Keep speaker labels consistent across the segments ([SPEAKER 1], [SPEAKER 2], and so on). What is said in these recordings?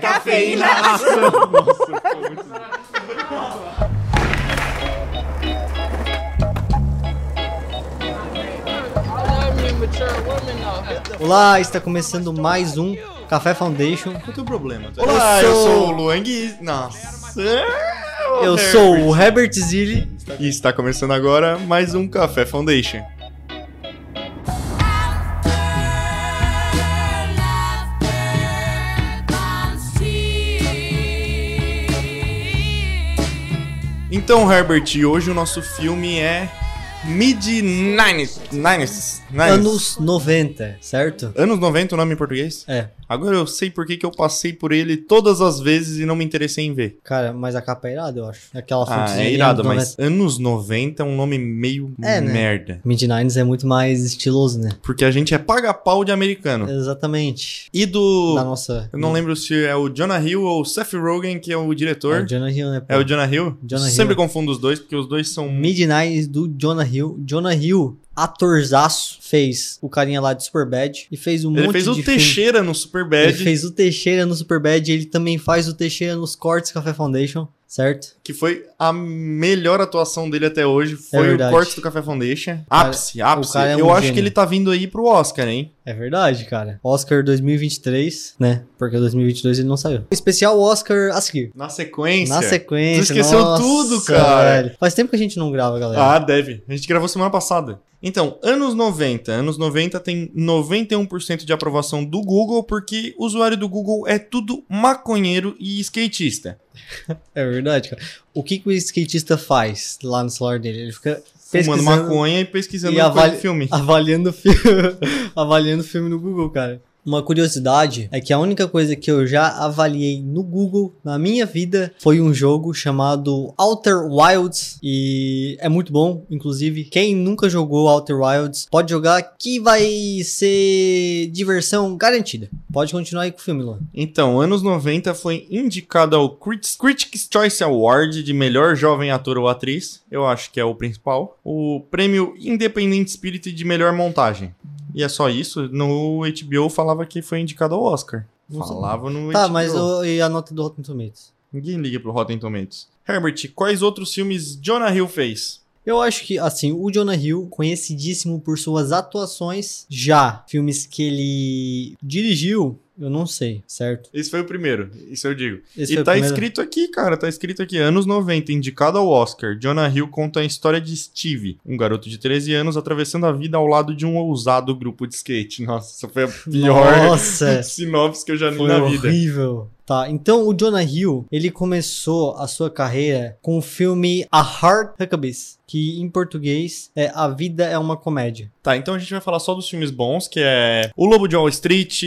[SPEAKER 1] cafeína.
[SPEAKER 2] Nossa, pelo amor de Deus.
[SPEAKER 3] Olá, está começando mais um Café Foundation.
[SPEAKER 2] Não tem problema. tá?
[SPEAKER 1] Olá, eu
[SPEAKER 3] Eu sou-
[SPEAKER 1] sou o Luan Gui. Nossa. é
[SPEAKER 3] Eu sou o Herbert Zilli.
[SPEAKER 1] E está começando agora mais um Café Foundation. Então, Herbert, hoje o nosso filme é Mid Nines. Nines.
[SPEAKER 3] Anos 90, certo?
[SPEAKER 1] Anos 90, o nome em português?
[SPEAKER 3] É,
[SPEAKER 1] Agora eu sei por que que eu passei por ele todas as vezes e não me interessei em ver.
[SPEAKER 3] cara, mas a capa é irada, eu acho. Aquela
[SPEAKER 1] Ah,
[SPEAKER 3] fontezinha
[SPEAKER 1] é
[SPEAKER 3] de
[SPEAKER 1] irado,
[SPEAKER 3] anos
[SPEAKER 1] mas anos 90 é um nome meio
[SPEAKER 3] É, né?
[SPEAKER 1] merda.
[SPEAKER 3] 90. Mid-90s é muito mais estiloso, né?
[SPEAKER 1] Porque a gente é paga-pau de
[SPEAKER 3] É.
[SPEAKER 1] americano.
[SPEAKER 3] Exatamente.
[SPEAKER 1] E do.
[SPEAKER 3] Da nossa.
[SPEAKER 1] Eu não lembro se é o Jonah Hill ou o Seth Rogen, que é o
[SPEAKER 3] É
[SPEAKER 1] diretor.
[SPEAKER 3] o Jonah Hill, né? pô?
[SPEAKER 1] É o Jonah Hill?
[SPEAKER 3] Jonah Hill.
[SPEAKER 1] Sempre confundo os dois, porque os dois são.
[SPEAKER 3] Midnight do Jonah Hill. Jonah Hill, atorzaço, fez o carinha lá de Superbad e fez um
[SPEAKER 1] Ele
[SPEAKER 3] monte
[SPEAKER 1] fez
[SPEAKER 3] de
[SPEAKER 1] o
[SPEAKER 3] filme.
[SPEAKER 1] Teixeira no
[SPEAKER 3] Ele
[SPEAKER 1] Superbad,
[SPEAKER 3] fez o Teixeira no Superbad, ele também faz o Teixeira nos cortes Café Foundation, certo?
[SPEAKER 1] que foi a melhor atuação dele até hoje. Foi o
[SPEAKER 3] É verdade.
[SPEAKER 1] corte do Café Foundation.
[SPEAKER 3] cara-
[SPEAKER 1] ápice, ápice.
[SPEAKER 3] o cara é um
[SPEAKER 1] Eu acho
[SPEAKER 3] gênio.
[SPEAKER 1] que ele tá vindo aí pro Oscar, hein?
[SPEAKER 3] É verdade, cara. Oscar 2023, né? Porque 2022 ele não saiu. Especial Oscar a seguir.
[SPEAKER 1] Na sequência.
[SPEAKER 3] Na sequência.
[SPEAKER 1] Tu esqueceu
[SPEAKER 3] nossa,
[SPEAKER 1] tudo, cara.
[SPEAKER 3] velho. Faz tempo que a gente não grava, galera.
[SPEAKER 1] Ah, deve. A gente gravou semana passada. Então, anos 90. Anos 90 tem 91% de aprovação do Google, porque o usuário do Google é tudo maconheiro e skatista.
[SPEAKER 3] É verdade, cara. O que, que o skatista faz lá no celular dele? Ele fica
[SPEAKER 1] Fumando
[SPEAKER 3] Pesquisando-
[SPEAKER 1] maconha e pesquisando
[SPEAKER 3] e
[SPEAKER 1] coisa
[SPEAKER 3] avali-
[SPEAKER 1] de filme.
[SPEAKER 3] avaliando filme, avaliando filme no Google, cara. Uma curiosidade é que a única coisa que eu já avaliei no Google na minha vida foi um jogo chamado Outer Wilds e é muito bom, inclusive. Quem nunca jogou Outer Wilds pode jogar que vai ser diversão garantida. Pode continuar aí com o filme, Luan.
[SPEAKER 1] Então, anos 90 foi indicado ao Crit- Critics' Choice Award de melhor jovem ator ou atriz, eu acho que é o principal, o prêmio Independent Spirit de melhor montagem. E é só isso, no HBO falava que foi indicado ao Oscar.
[SPEAKER 3] Não sei.
[SPEAKER 1] Falava no
[SPEAKER 3] Tá,
[SPEAKER 1] HBO.
[SPEAKER 3] mas eu, e a nota do Rotten Tomatoes?
[SPEAKER 1] Ninguém liga pro Rotten Tomatoes. Herbert, quais outros filmes Jonah Hill fez?
[SPEAKER 3] Eu acho que, assim, o Jonah Hill, conhecidíssimo por suas atuações, já filmes que ele dirigiu, eu não sei, certo?
[SPEAKER 1] Esse foi o primeiro, isso eu digo.
[SPEAKER 3] Esse foi
[SPEAKER 1] e
[SPEAKER 3] o
[SPEAKER 1] tá
[SPEAKER 3] primeiro.
[SPEAKER 1] escrito aqui, cara, tá escrito aqui, anos 90, indicado ao Oscar. Jonah Hill conta a história de Steve, um garoto de 13 anos atravessando a vida ao lado de um ousado grupo de skate. Nossa, essa foi a pior
[SPEAKER 3] Nossa,
[SPEAKER 1] sinopse que eu já li
[SPEAKER 3] foi
[SPEAKER 1] na vida.
[SPEAKER 3] horrível. Tá, então o Jonah Hill, ele começou a sua carreira com o filme A Hard Huckabees, que em português é A Vida é uma Comédia.
[SPEAKER 1] Tá, então a gente vai falar só dos filmes bons, que é O Lobo de Wall Street,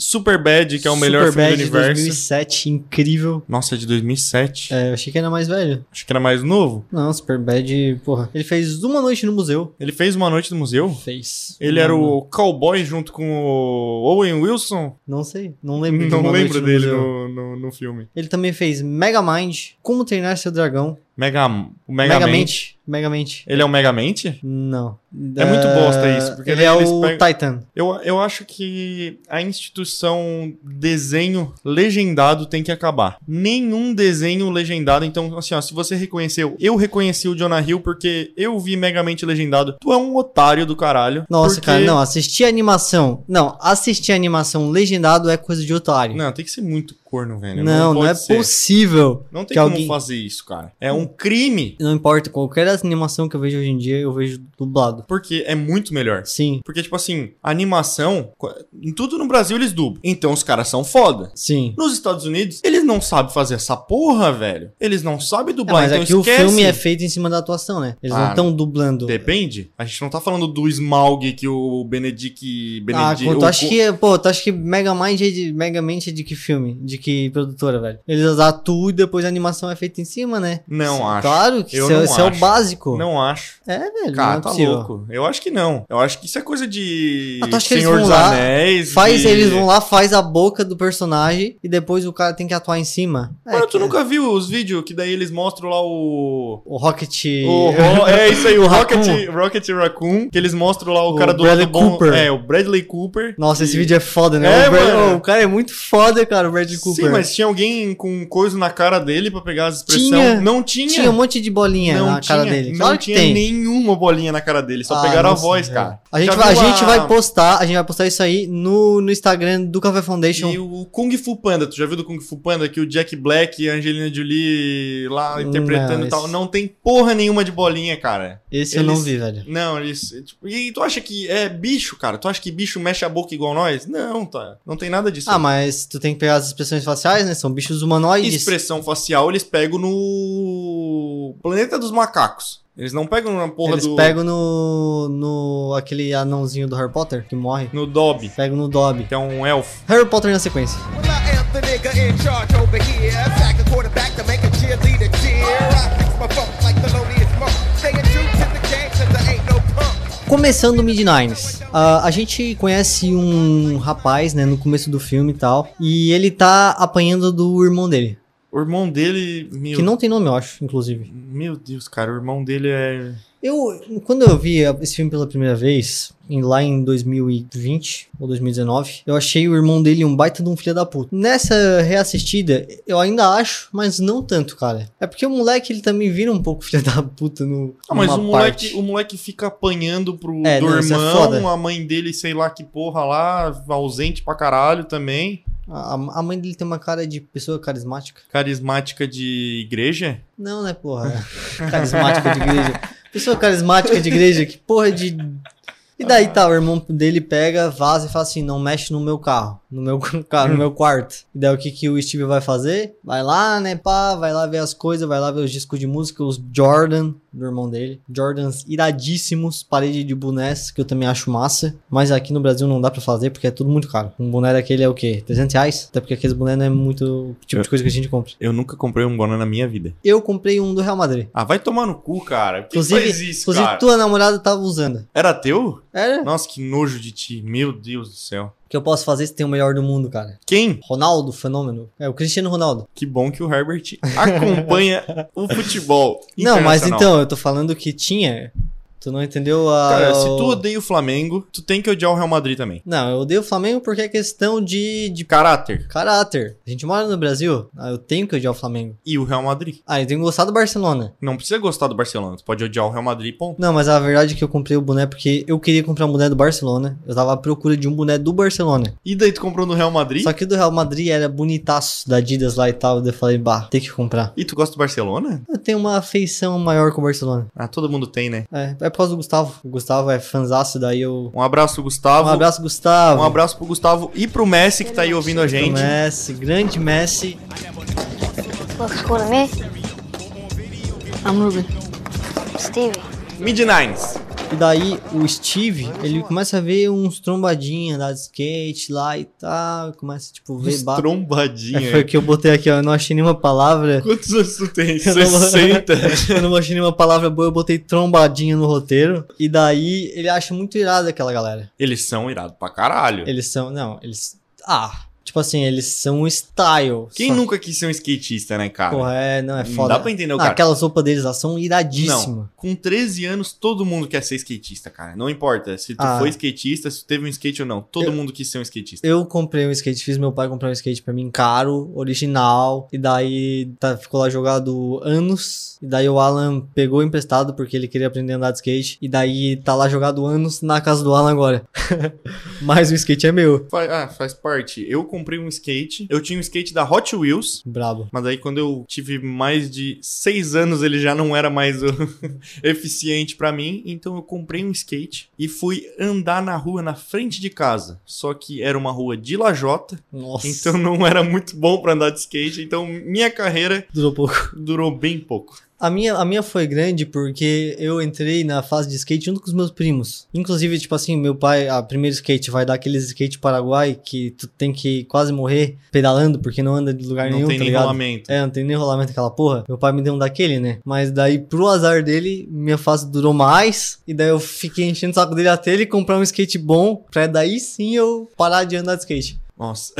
[SPEAKER 1] Superbad, que é o melhor
[SPEAKER 3] Superbad
[SPEAKER 1] filme do
[SPEAKER 3] de
[SPEAKER 1] universo.
[SPEAKER 3] 2007, incrível.
[SPEAKER 1] Nossa, é de 2007.
[SPEAKER 3] É, eu achei que era mais velho.
[SPEAKER 1] Acho que era mais novo.
[SPEAKER 3] Não, Superbad, porra. Ele fez Uma Noite no Museu.
[SPEAKER 1] Ele fez Uma Noite no Museu?
[SPEAKER 3] Fez.
[SPEAKER 1] Uh. Ele era o cowboy junto com o Owen Wilson?
[SPEAKER 3] Não sei, não lembro. de
[SPEAKER 1] Não
[SPEAKER 3] Uma Noite
[SPEAKER 1] lembro
[SPEAKER 3] no
[SPEAKER 1] dele
[SPEAKER 3] Museu.
[SPEAKER 1] no, no, no filme.
[SPEAKER 3] Ele também fez Megamind, Como Treinar Seu Dragão,
[SPEAKER 1] Mega, o Mega Man.
[SPEAKER 3] Megamente, Megamente.
[SPEAKER 1] Ele é o Megamente?
[SPEAKER 3] Não.
[SPEAKER 1] É muito bosta isso, porque
[SPEAKER 3] ele é
[SPEAKER 1] eles
[SPEAKER 3] o
[SPEAKER 1] pegam-
[SPEAKER 3] Titan.
[SPEAKER 1] Eu, eu acho que a instituição desenho legendado tem que acabar. Nenhum desenho legendado. Então, assim, ó, se você reconheceu, eu reconheci o Jonah Hill porque eu vi Megamente legendado. Tu é um otário do caralho.
[SPEAKER 3] Nossa,
[SPEAKER 1] porque-
[SPEAKER 3] cara, não, assistir animação. Não, assistir animação legendado é coisa de otário.
[SPEAKER 1] Não, tem que ser muito corno, velho.
[SPEAKER 3] Não, não,
[SPEAKER 1] pode
[SPEAKER 3] é
[SPEAKER 1] ser.
[SPEAKER 3] possível.
[SPEAKER 1] Não
[SPEAKER 3] que
[SPEAKER 1] tem como
[SPEAKER 3] alguém-
[SPEAKER 1] fazer isso, cara. É um crime.
[SPEAKER 3] Não importa, qualquer animação que eu vejo hoje em dia, eu vejo dublado.
[SPEAKER 1] Porque é muito melhor.
[SPEAKER 3] Sim,
[SPEAKER 1] Porque, tipo assim, a animação, co- em tudo no Brasil eles dublam. Então os caras são foda.
[SPEAKER 3] sim.
[SPEAKER 1] Nos Estados Unidos, eles não sabem fazer essa porra, velho. Eles não sabem
[SPEAKER 3] É,
[SPEAKER 1] dublar,
[SPEAKER 3] mas
[SPEAKER 1] então
[SPEAKER 3] aqui o
[SPEAKER 1] esquece.
[SPEAKER 3] filme é feito em cima da atuação, né? Eles
[SPEAKER 1] Ah,
[SPEAKER 3] não estão dublando.
[SPEAKER 1] Depende. A gente não tá falando do Smaug que o Benedict...
[SPEAKER 3] Ah,
[SPEAKER 1] Benedict
[SPEAKER 3] quanto,
[SPEAKER 1] o-
[SPEAKER 3] acho que, pô, tu acha que Megamind é de, Megamente é de que filme? De que produtora, velho? Eles atuam e depois a animação é feita em cima, né?
[SPEAKER 1] Não acho.
[SPEAKER 3] Claro que
[SPEAKER 1] Eu
[SPEAKER 3] isso, é-
[SPEAKER 1] não
[SPEAKER 3] isso é o
[SPEAKER 1] acho.
[SPEAKER 3] básico.
[SPEAKER 1] Não acho.
[SPEAKER 3] É, velho, não
[SPEAKER 1] Cara,
[SPEAKER 3] é
[SPEAKER 1] tá
[SPEAKER 3] possível.
[SPEAKER 1] louco. Eu acho que não. Eu acho que isso é coisa de
[SPEAKER 3] Ah, tu acha que eles
[SPEAKER 1] Senhor
[SPEAKER 3] vão
[SPEAKER 1] dos
[SPEAKER 3] lá,
[SPEAKER 1] Anéis.
[SPEAKER 3] Faz,
[SPEAKER 1] de-
[SPEAKER 3] eles vão lá, faz a boca do personagem e depois o cara tem que atuar em cima. É,
[SPEAKER 1] Mano, tu
[SPEAKER 3] cara.
[SPEAKER 1] nunca viu os vídeos que daí eles mostram lá o.
[SPEAKER 3] O Rocket.
[SPEAKER 1] o Ro- é isso aí, o
[SPEAKER 3] O
[SPEAKER 1] Rocket,
[SPEAKER 3] Raccoon.
[SPEAKER 1] Rocket Raccoon, que eles mostram lá o,
[SPEAKER 3] O
[SPEAKER 1] cara do
[SPEAKER 3] Bradley
[SPEAKER 1] lado bom-
[SPEAKER 3] Cooper.
[SPEAKER 1] É, o Bradley Cooper.
[SPEAKER 3] Nossa, esse
[SPEAKER 1] que-
[SPEAKER 3] vídeo é foda, né?
[SPEAKER 1] É,
[SPEAKER 3] o, Brad-
[SPEAKER 1] mano.
[SPEAKER 3] Oh, o cara é muito foda, cara, o Bradley Cooper.
[SPEAKER 1] Sim, mas tinha alguém com coisa na cara dele pra pegar as expressões.
[SPEAKER 3] Tinha.
[SPEAKER 1] Não tinha.
[SPEAKER 3] tinha um monte de bolinha
[SPEAKER 1] não
[SPEAKER 3] na
[SPEAKER 1] tinha,
[SPEAKER 3] cara dele.
[SPEAKER 1] Não
[SPEAKER 3] claro que
[SPEAKER 1] tinha
[SPEAKER 3] tem.
[SPEAKER 1] nenhuma bolinha na cara dele. Só
[SPEAKER 3] Ah,
[SPEAKER 1] pegaram
[SPEAKER 3] nossa,
[SPEAKER 1] a voz,
[SPEAKER 3] velho.
[SPEAKER 1] cara.
[SPEAKER 3] A gente,
[SPEAKER 1] Já
[SPEAKER 3] vai, a
[SPEAKER 1] viu
[SPEAKER 3] gente vai postar, a gente vai postar isso aí no, no Instagram do Café Foundation.
[SPEAKER 1] E o Kung Fu Panda, tu já viu do Kung Fu Panda que o Jack Black e a Angelina Jolie lá interpretando
[SPEAKER 3] Não,
[SPEAKER 1] e tal,
[SPEAKER 3] esse-
[SPEAKER 1] não tem porra nenhuma de bolinha, cara.
[SPEAKER 3] Esse eu não
[SPEAKER 1] eles-
[SPEAKER 3] vi, velho.
[SPEAKER 1] Não, isso. tipo, e tu acha que é bicho, cara? Tu acha que bicho mexe a boca igual nós? Não, tá. Não tem nada disso.
[SPEAKER 3] Ah, mas tu tem que pegar as expressões faciais, né? São bichos humanoides.
[SPEAKER 1] Expressão facial eles pegam no Planeta dos Macacos. Eles não pegam na porra
[SPEAKER 3] Eles
[SPEAKER 1] do
[SPEAKER 3] pegam no, no. aquele anãozinho do Harry Potter que morre.
[SPEAKER 1] no Dobby,
[SPEAKER 3] Pegam no Dobby.
[SPEAKER 1] que é um elfo.
[SPEAKER 3] Harry Potter na sequência.
[SPEAKER 4] Well, I am the nigga in charge over here. Sack a quarterback to make a cheerleader cheer. I fix my funk like the loneliest monk. Staying true to the game, cause I ain't no punk.
[SPEAKER 3] Começando o Midnines. a gente conhece um rapaz, né, no começo do filme e tal. E ele tá apanhando do irmão dele.
[SPEAKER 1] O irmão dele, meu,
[SPEAKER 3] Que não tem nome, eu acho, inclusive.
[SPEAKER 1] meu Deus, cara, o irmão dele é
[SPEAKER 3] Eu, quando eu vi esse filme pela primeira vez, em- lá em 2020 ou 2019, eu achei o irmão dele um baita de um filho da puta. Nessa reassistida, eu ainda acho, mas não tanto, cara. É porque o moleque, ele também vira um pouco filho da puta no
[SPEAKER 1] Ah, mas
[SPEAKER 3] numa
[SPEAKER 1] o
[SPEAKER 3] parte.
[SPEAKER 1] moleque, o moleque fica apanhando pro
[SPEAKER 3] É,
[SPEAKER 1] do
[SPEAKER 3] não, isso é
[SPEAKER 1] irmão,
[SPEAKER 3] foda.
[SPEAKER 1] a mãe dele, sei lá que porra lá, ausente pra caralho também.
[SPEAKER 3] A, a mãe dele tem uma cara de pessoa carismática.
[SPEAKER 1] Carismática de igreja?
[SPEAKER 3] Não, né, porra? Carismática de igreja. Pessoa carismática de igreja, que porra de. E daí tá, o irmão dele pega, vaza e fala assim: não mexe no meu carro, no meu carro, no meu quarto. E daí o que, que o Steve vai fazer? Vai lá, né, pá, vai lá ver as coisas, vai lá ver os discos de música, os Jordan, do irmão dele. Jordans iradíssimos, parede de bonés, que eu também acho massa. Mas aqui no Brasil não dá pra fazer porque é tudo muito caro. Um boné daquele é o quê? 300 reais? Até porque aqueles bonés não é muito o tipo de coisa que a gente compra.
[SPEAKER 1] Eu nunca comprei um boné na minha vida.
[SPEAKER 3] Eu comprei um do Real Madrid.
[SPEAKER 1] Ah, vai tomar no cu, cara. Por que
[SPEAKER 3] Inclusive-
[SPEAKER 1] faz isso,
[SPEAKER 3] Inclusive,
[SPEAKER 1] cara?
[SPEAKER 3] tua namorada tava usando.
[SPEAKER 1] Era teu?
[SPEAKER 3] É?
[SPEAKER 1] Nossa, que nojo de ti. Meu Deus do céu.
[SPEAKER 3] O que eu posso fazer se tem o melhor do mundo, cara?
[SPEAKER 1] Quem?
[SPEAKER 3] Ronaldo, fenômeno. É, o Cristiano Ronaldo.
[SPEAKER 1] Que bom que o Herbert acompanha o futebol.
[SPEAKER 3] Não, mas
[SPEAKER 1] internacional.
[SPEAKER 3] então, eu tô falando que tinha. Tu não entendeu a.
[SPEAKER 1] Cara, se
[SPEAKER 3] o-
[SPEAKER 1] tu odeia o Flamengo, tu tem que odiar o Real Madrid também.
[SPEAKER 3] Não, eu odeio o Flamengo porque é questão de, de
[SPEAKER 1] Caráter.
[SPEAKER 3] caráter. A gente mora no Brasil, ah, eu tenho que odiar o Flamengo.
[SPEAKER 1] E o Real Madrid.
[SPEAKER 3] Ah, eu tenho que gostar do Barcelona.
[SPEAKER 1] Não precisa gostar do Barcelona. Tu pode odiar o Real Madrid, ponto.
[SPEAKER 3] Não, mas a verdade é que eu comprei o boné porque eu queria comprar um boné do Barcelona. Eu tava à procura de um boné do Barcelona.
[SPEAKER 1] E daí tu comprou no Real Madrid?
[SPEAKER 3] Só que o do Real Madrid era bonitaço, da Adidas lá e tal. Daí eu falei, bah, tem que comprar.
[SPEAKER 1] E tu gosta do Barcelona?
[SPEAKER 3] Eu tenho uma afeição maior com o Barcelona.
[SPEAKER 1] Ah, todo mundo tem, né?
[SPEAKER 3] É, é por causa do Gustavo. O Gustavo é fanzaço, daí eu.
[SPEAKER 1] Um abraço,
[SPEAKER 3] Um
[SPEAKER 1] Gustavo.
[SPEAKER 3] abraço, Gustavo.
[SPEAKER 1] Um abraço pro Gustavo e pro Messi que tá aí ouvindo a
[SPEAKER 3] Pro
[SPEAKER 1] gente.
[SPEAKER 3] Messi, grande Messi.
[SPEAKER 5] Coca-Cola, vem. I'm Ruben. Stevie.
[SPEAKER 1] Midnines.
[SPEAKER 3] E daí o Steve, ele começa a ver uns trombadinhas da skate lá e tal. Começa, tipo, a ver ba- É, foi
[SPEAKER 1] Trombadinha.
[SPEAKER 3] o que eu botei aqui, ó. Eu não achei nenhuma palavra.
[SPEAKER 1] Quantos anos tu tem?
[SPEAKER 3] Eu não-
[SPEAKER 1] 60.
[SPEAKER 3] eu não achei nenhuma palavra boa, eu botei trombadinha no roteiro. E daí ele acha muito irado aquela galera.
[SPEAKER 1] Eles são irados pra caralho.
[SPEAKER 3] Eles são. Não, eles. Ah. Tipo assim, eles são um style.
[SPEAKER 1] Quem
[SPEAKER 3] só
[SPEAKER 1] nunca quis ser um skatista, né, cara?
[SPEAKER 3] Porra, é, não, é
[SPEAKER 1] Não
[SPEAKER 3] foda.
[SPEAKER 1] dá pra entender o
[SPEAKER 3] Não,
[SPEAKER 1] cara.
[SPEAKER 3] Aquelas roupas deles lá são iradíssimas.
[SPEAKER 1] Não, com 13 anos todo mundo quer ser skatista, cara. Não importa se tu
[SPEAKER 3] Ah.
[SPEAKER 1] foi skatista, se tu teve um skate ou não. Todo
[SPEAKER 3] Eu-
[SPEAKER 1] mundo quis ser um skatista.
[SPEAKER 3] Eu comprei um skate, fiz meu pai comprar um skate pra mim caro, original, e daí tá, ficou lá jogado anos, e daí o Alan pegou emprestado porque ele queria aprender a andar de skate, e daí tá lá jogado anos na casa do Alan agora. Mas o skate é meu.
[SPEAKER 1] Fa- Ah, faz parte. Eu comprei um skate. Eu tinha um skate da Hot Wheels.
[SPEAKER 3] Brabo.
[SPEAKER 1] Mas aí quando eu tive mais de seis anos, ele já não era mais o eficiente pra mim. Então eu comprei um skate e fui andar na rua na frente de casa. Só que era uma rua de lajota,
[SPEAKER 3] Nossa,
[SPEAKER 1] então não era muito bom pra andar de skate. Então minha carreira
[SPEAKER 3] durou pouco.
[SPEAKER 1] durou bem pouco.
[SPEAKER 3] A minha, a minha foi grande porque eu entrei na fase de skate junto com os meus primos. Inclusive, tipo assim, meu pai, a primeiro skate vai dar aqueles skate paraguai que tu tem que quase morrer pedalando porque não anda de lugar
[SPEAKER 1] Não
[SPEAKER 3] nenhum,
[SPEAKER 1] tem
[SPEAKER 3] tá
[SPEAKER 1] nem
[SPEAKER 3] ligado?
[SPEAKER 1] rolamento.
[SPEAKER 3] É, não tem nem rolamento aquela porra. Meu pai me deu um daquele, né? Mas daí, pro azar dele, minha fase durou mais. E daí eu fiquei enchendo o saco dele até ele comprar um skate bom. Pra daí sim eu parar de andar de skate.
[SPEAKER 1] Nossa.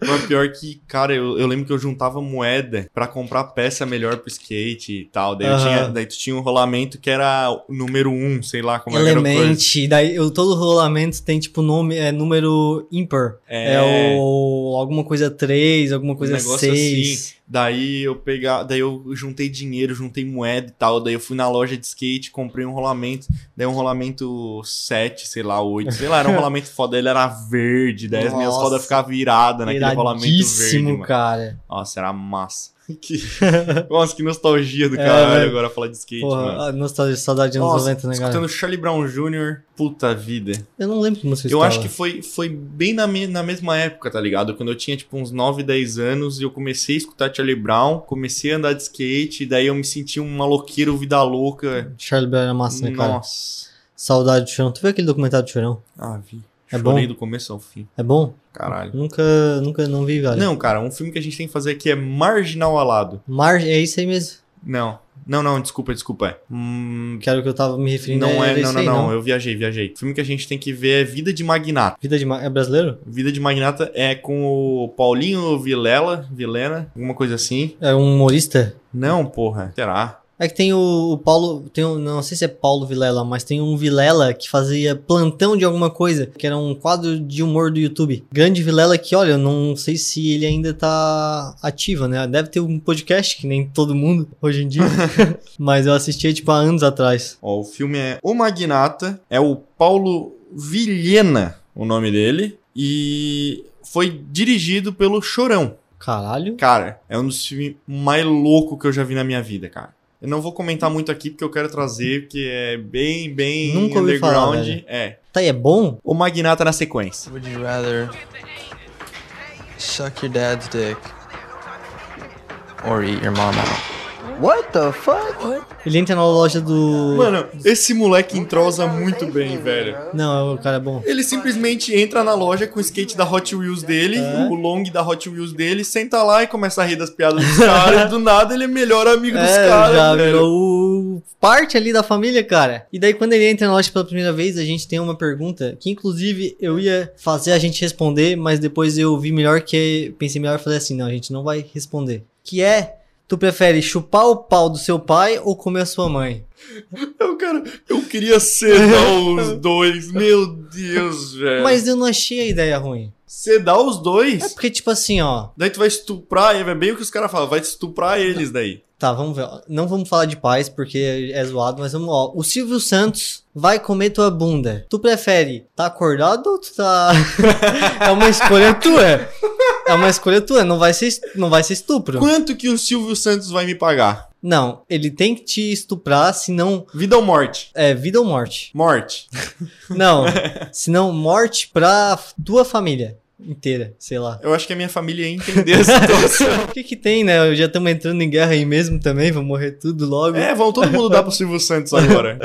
[SPEAKER 1] Mas pior que, cara, eu, eu lembro que eu juntava moeda pra comprar peça melhor pro skate e tal. Daí, eu
[SPEAKER 3] Aham.
[SPEAKER 1] tinha, daí tu tinha um rolamento que era o número um, sei lá como era a coisa.
[SPEAKER 3] Element. Daí eu, todo rolamento tem tipo nome, é número ímpar. É, o alguma coisa 3, alguma coisa
[SPEAKER 1] Um negócio assim, né,
[SPEAKER 3] 6.
[SPEAKER 1] Daí eu pegar, daí eu juntei dinheiro, juntei moeda e tal. Daí eu fui na loja de skate, comprei um rolamento. Daí um rolamento 7, sei lá, 8, sei lá, era um rolamento foda. Ele era verde, daí as minhas
[SPEAKER 3] Nossa.
[SPEAKER 1] rodas ficavam viradas naquele rolamento verde.
[SPEAKER 3] Iradíssimo,
[SPEAKER 1] mano.
[SPEAKER 3] cara.
[SPEAKER 1] Nossa, era massa. Que... Nossa, que nostalgia do
[SPEAKER 3] É,
[SPEAKER 1] caralho
[SPEAKER 3] velho.
[SPEAKER 1] agora falar de skate, mano.
[SPEAKER 3] Porra, a nostalgia, saudade de anos
[SPEAKER 1] Nossa,
[SPEAKER 3] 90, né, cara?
[SPEAKER 1] escutando Charlie Brown Jr., puta vida.
[SPEAKER 3] Eu não lembro que música
[SPEAKER 1] Eu acho que
[SPEAKER 3] escutava.
[SPEAKER 1] foi, foi bem na, me- na mesma época, tá ligado? Quando eu tinha, tipo, uns 9, 10 anos e eu comecei a escutar Charlie Brown, comecei a andar de skate, e daí eu me senti um maloqueiro, vida louca.
[SPEAKER 3] Charlie Brown era massa, né, cara?
[SPEAKER 1] Nossa.
[SPEAKER 3] Saudade do Chorão. Tu viu aquele documentário do Chorão?
[SPEAKER 1] Ah, vi.
[SPEAKER 3] É
[SPEAKER 1] Chorei
[SPEAKER 3] bom?
[SPEAKER 1] do começo ao fim.
[SPEAKER 3] É bom?
[SPEAKER 1] Caralho.
[SPEAKER 3] Nunca, nunca não vi, cara.
[SPEAKER 1] Não, cara, um filme que a gente tem que fazer aqui é Marginal Alado.
[SPEAKER 3] Mar é isso aí mesmo.
[SPEAKER 1] Não. Não, não, desculpa, desculpa. é. Hum,
[SPEAKER 3] Que era o que eu tava me referindo.
[SPEAKER 1] não
[SPEAKER 3] era
[SPEAKER 1] é, não,
[SPEAKER 3] isso
[SPEAKER 1] não,
[SPEAKER 3] né, aí,
[SPEAKER 1] não, Eu viajei, viajei. O filme que a gente tem que ver é Vida de Magnata.
[SPEAKER 3] Vida de Mar... É brasileiro?
[SPEAKER 1] Vida de Magnata é com o Paulinho Vilela, Vilena, alguma coisa assim.
[SPEAKER 3] É um humorista?
[SPEAKER 1] Não, porra. Será?
[SPEAKER 3] É que tem o, o Paulo... Tem um, não sei se é Paulo Vilela, mas tem um Vilela que fazia plantão de alguma coisa. Que era um quadro de humor do YouTube. Grande Vilela que, olha, eu não sei se ele ainda tá ativo, né? Deve ter um podcast, que nem todo mundo hoje em dia. mas eu assistia, tipo, há anos atrás.
[SPEAKER 1] Ó, o filme é O Magnata, é o Paulo Vilhena, o nome dele, e foi dirigido pelo Chorão.
[SPEAKER 3] Caralho.
[SPEAKER 1] Cara, é um dos filmes mais loucos que eu já vi na minha vida, cara. Eu não vou comentar muito aqui porque eu quero trazer que é bem, bem
[SPEAKER 3] Nunca ouvi falar,
[SPEAKER 1] underground.
[SPEAKER 3] velho.
[SPEAKER 1] é.
[SPEAKER 3] Tá aí, é bom?
[SPEAKER 1] O Magnata na sequência.
[SPEAKER 6] Would you rather suck your dad's dick or eat your mom out? What the fuck?
[SPEAKER 3] Ele entra na loja do...
[SPEAKER 1] Mano, esse moleque entrosa muito bem, velho.
[SPEAKER 3] Não, o cara é bom.
[SPEAKER 1] Ele simplesmente entra na loja com o skate da Hot Wheels dele,
[SPEAKER 3] É.
[SPEAKER 1] o long da Hot Wheels dele, senta lá e começa a rir das piadas dos caras. do nada ele é melhor amigo dos
[SPEAKER 3] É,
[SPEAKER 1] caras.
[SPEAKER 3] já
[SPEAKER 1] velho.
[SPEAKER 3] virou o- parte ali da família, cara. E daí, quando ele entra na loja pela primeira vez, a gente tem uma pergunta que, inclusive, eu ia fazer a gente responder, mas depois eu vi melhor que. Pensei melhor e falei assim: não, a gente não vai responder. Que é: tu prefere chupar o pau do seu pai ou comer a sua mãe?
[SPEAKER 1] Eu, cara, eu queria sedar os dois. Meu Deus, velho.
[SPEAKER 3] Mas eu não achei a ideia ruim.
[SPEAKER 1] Sedar os
[SPEAKER 3] É
[SPEAKER 1] dois?
[SPEAKER 3] porque, tipo assim, ó.
[SPEAKER 1] Daí tu vai estuprar, é bem o que os caras falam, vai estuprar eles daí.
[SPEAKER 3] Tá, vamos ver. Não vamos falar de paz, porque é zoado, mas vamos lá. O Silvio Santos vai comer tua bunda. Tu prefere tá acordado ou tu tá. é uma escolha tua. É uma escolha tua, não vai ser, est- não vai ser estupro.
[SPEAKER 1] Quanto que o Silvio Santos vai me pagar?
[SPEAKER 3] Não, ele tem que te estuprar, senão
[SPEAKER 1] Vida ou morte?
[SPEAKER 3] é vida ou morte.
[SPEAKER 1] Morte.
[SPEAKER 3] Não, senão morte pra tua família inteira, sei lá.
[SPEAKER 1] Eu acho que a minha família ia entender a situação.
[SPEAKER 3] O que que tem, né? Já estamos entrando em guerra aí mesmo também, vamos morrer tudo logo.
[SPEAKER 1] é, vão todo mundo dar pro Silvio Santos agora.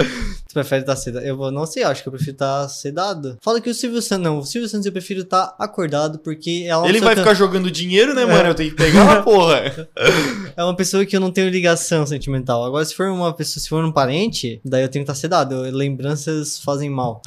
[SPEAKER 3] Tu prefere estar sedado? Eu vou- não sei, eu acho que eu prefiro estar sedado. Fala que o Silvio Santos. Não, o Silvio Santos eu prefiro estar acordado, porque é uma,
[SPEAKER 1] Ele
[SPEAKER 3] pessoa
[SPEAKER 1] vai
[SPEAKER 3] que
[SPEAKER 1] ficar jogando dinheiro, né, mano? Eu tenho que pegar a porra.
[SPEAKER 3] eu- é uma pessoa que eu não tenho ligação sentimental. Agora, se for uma pessoa, se for um parente, daí eu tenho que estar sedado. eu- Lembranças fazem mal.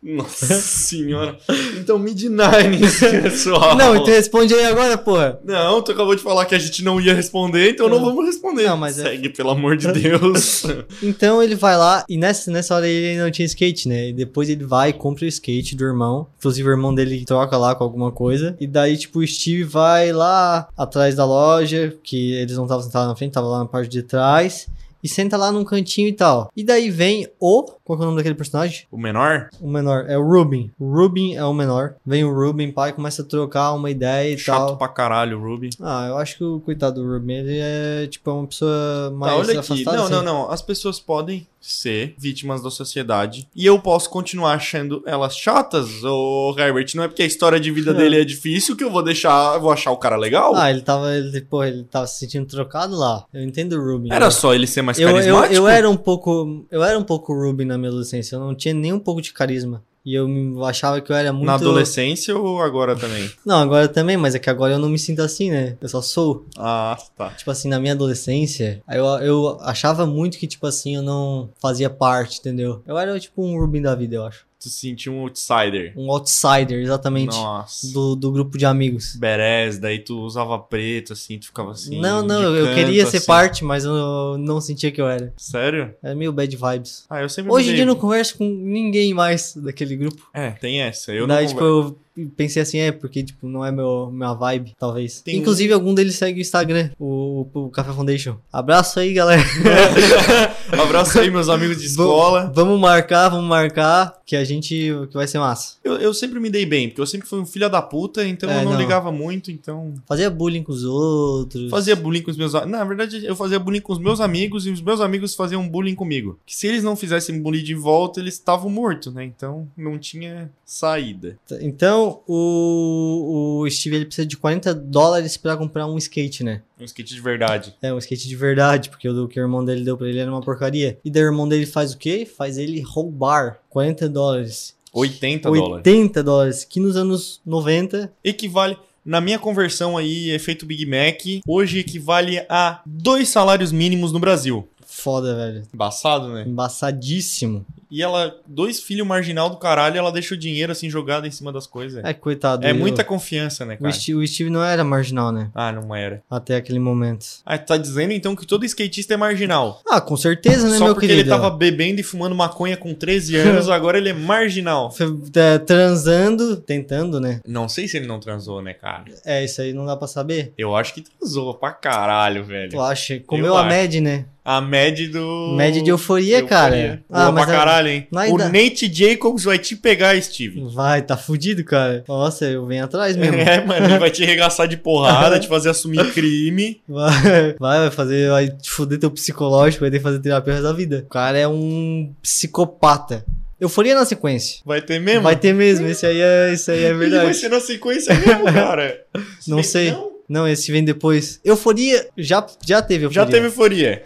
[SPEAKER 1] Nossa senhora. Então me deny nisso, pessoal.
[SPEAKER 3] Não, então responde aí agora, porra.
[SPEAKER 1] Não, tu acabou de falar que a gente não ia responder, então não vamos responder.
[SPEAKER 3] Não, mas é-
[SPEAKER 1] Segue, pelo amor de Deus.
[SPEAKER 3] Então ele vai lá, e nessa, nessa hora ele não tinha skate, né? E depois ele vai e compra o skate do irmão. Inclusive o irmão dele troca lá com alguma coisa. E daí, tipo, o Steve vai lá atrás da loja, que eles não estavam sentados na frente, estavam lá na parte de trás. E senta lá num cantinho e tal. E daí vem o Qual que é o nome daquele personagem?
[SPEAKER 1] O menor?
[SPEAKER 3] O menor. É o Rubin. O Rubin é o menor. Vem o Rubin, pai, começa a trocar uma ideia e
[SPEAKER 1] Chato
[SPEAKER 3] tal.
[SPEAKER 1] pra caralho, o Ruby.
[SPEAKER 3] Ah, eu acho que o coitado do Rubin, ele é tipo uma pessoa mais
[SPEAKER 1] Tá, olha aqui.
[SPEAKER 3] afastada.
[SPEAKER 1] Não,
[SPEAKER 3] assim.
[SPEAKER 1] não, não. As pessoas podem ser vítimas da sociedade. E eu posso continuar achando elas chatas, ô Herbert. Não é porque a história de vida
[SPEAKER 3] É.
[SPEAKER 1] dele é difícil que eu vou deixar. Eu vou achar o cara legal.
[SPEAKER 3] Ah, ele tava, ele, pô, ele tava se sentindo trocado lá. Eu entendo o Rubin.
[SPEAKER 1] Era só ele ser mais
[SPEAKER 3] eu, eu,
[SPEAKER 1] carismático.
[SPEAKER 3] eu era um pouco, eu era um pouco Rubin na minha adolescência. Eu não tinha nem um pouco de carisma. E eu me- achava que eu era muito
[SPEAKER 1] Na adolescência ou agora também?
[SPEAKER 3] Não, agora também, mas é que agora eu não me sinto assim, né? Eu só sou.
[SPEAKER 1] Ah, tá.
[SPEAKER 3] Tipo assim, na minha adolescência, eu, eu achava muito que, tipo assim, eu não fazia parte, entendeu? Eu era tipo um Rubin da vida, eu acho.
[SPEAKER 1] Tu se sentiu um outsider.
[SPEAKER 3] Um outsider, exatamente.
[SPEAKER 1] Nossa.
[SPEAKER 3] Do, do grupo de amigos.
[SPEAKER 1] Berés, daí tu usava preto, assim, tu ficava assim.
[SPEAKER 3] não, não,
[SPEAKER 1] de
[SPEAKER 3] eu
[SPEAKER 1] canto,
[SPEAKER 3] queria ser
[SPEAKER 1] assim.
[SPEAKER 3] parte, mas eu não sentia que eu era.
[SPEAKER 1] Sério?
[SPEAKER 3] Era meio bad vibes.
[SPEAKER 1] Ah, eu sempre
[SPEAKER 3] Hoje em
[SPEAKER 1] usei.
[SPEAKER 3] dia eu não converso com ninguém mais daquele grupo.
[SPEAKER 1] É, tem essa. Eu
[SPEAKER 3] Daí,
[SPEAKER 1] não
[SPEAKER 3] tipo, eu pensei assim, é, porque, tipo, não é meu, minha vibe, talvez.
[SPEAKER 1] Tem um
[SPEAKER 3] Inclusive, algum deles segue o Instagram, o, o Café Foundation. Abraço aí, galera.
[SPEAKER 1] Abraço aí, meus amigos de
[SPEAKER 3] Vam-
[SPEAKER 1] escola.
[SPEAKER 3] Vamos marcar, vamos marcar, que a gente. que vai ser massa.
[SPEAKER 1] Eu, eu sempre me dei bem, porque eu sempre fui um filho da puta, então
[SPEAKER 3] É,
[SPEAKER 1] eu não,
[SPEAKER 3] não.
[SPEAKER 1] ligava muito, então.
[SPEAKER 3] Fazia bullying com os outros.
[SPEAKER 1] Fazia bullying com os meus. a- Na verdade, eu fazia bullying com os meus amigos e os meus amigos faziam bullying comigo. Que se eles não fizessem bullying de volta, eles estavam mortos, né? Então não tinha saída.
[SPEAKER 3] Então, o, o Steve ele precisa de 40 dólares pra comprar um skate, né?
[SPEAKER 1] Um skate de verdade.
[SPEAKER 3] É, um skate de verdade, porque o do que o irmão dele deu pra ele era uma porcaria. E daí o irmão dele faz o quê? Faz ele roubar 40 dólares.
[SPEAKER 1] 80 dólares.
[SPEAKER 3] 80 dólares, que nos anos 90
[SPEAKER 1] Equivale. Na minha conversão aí, efeito Big Mac, hoje equivale a dois salários mínimos no Brasil.
[SPEAKER 3] Foda, velho.
[SPEAKER 1] Embaçado, né?
[SPEAKER 3] Embaçadíssimo.
[SPEAKER 1] E ela, dois filhos marginal do caralho, ela deixa o dinheiro assim jogado em cima das coisas.
[SPEAKER 3] É, coitado.
[SPEAKER 1] É
[SPEAKER 3] eu-
[SPEAKER 1] muita confiança, né,
[SPEAKER 3] O
[SPEAKER 1] cara?
[SPEAKER 3] Steve, o Steve não era marginal, né?
[SPEAKER 1] Ah, não era.
[SPEAKER 3] Até aquele momento.
[SPEAKER 1] Ah, tá dizendo então que todo skatista é marginal.
[SPEAKER 3] Ah, com certeza, né,
[SPEAKER 1] Só
[SPEAKER 3] meu
[SPEAKER 1] porque
[SPEAKER 3] querido?
[SPEAKER 1] ele tava bebendo e fumando maconha com 13 anos, agora ele é marginal.
[SPEAKER 3] Fe- tá transando, tentando, né?
[SPEAKER 1] Não sei se ele não transou, né, cara?
[SPEAKER 3] É, isso aí não dá pra saber.
[SPEAKER 1] Eu acho que transou pra caralho,
[SPEAKER 3] Tu
[SPEAKER 1] velho.
[SPEAKER 3] acha? Comeu
[SPEAKER 1] Eu
[SPEAKER 3] a
[SPEAKER 1] acho.
[SPEAKER 3] Med, né?
[SPEAKER 1] A média do.
[SPEAKER 3] Med de euforia, cara. é-
[SPEAKER 1] Ah, pra
[SPEAKER 3] a-
[SPEAKER 1] caralho, hein?
[SPEAKER 3] na
[SPEAKER 1] O
[SPEAKER 3] ida-
[SPEAKER 1] Nate Jacobs vai te pegar, Steve.
[SPEAKER 3] Vai, tá fudido, cara. Nossa, eu venho atrás mesmo.
[SPEAKER 1] É, mano, ele vai te arregaçar de porrada, te fazer assumir crime.
[SPEAKER 3] Vai, vai vai fazer, vai te fuder teu psicológico, vai ter que fazer terapia o resto da vida. O cara é um psicopata. Euforia na sequência.
[SPEAKER 1] Vai ter mesmo?
[SPEAKER 3] Vai ter mesmo, esse aí é, esse aí é
[SPEAKER 1] Ele vai
[SPEAKER 3] verdade.
[SPEAKER 1] ser na sequência mesmo, cara.
[SPEAKER 3] Não
[SPEAKER 1] Bem,
[SPEAKER 3] sei.
[SPEAKER 1] não?
[SPEAKER 3] Não, esse vem depois. Euforia já, já teve euforia.
[SPEAKER 1] Já teve euforia.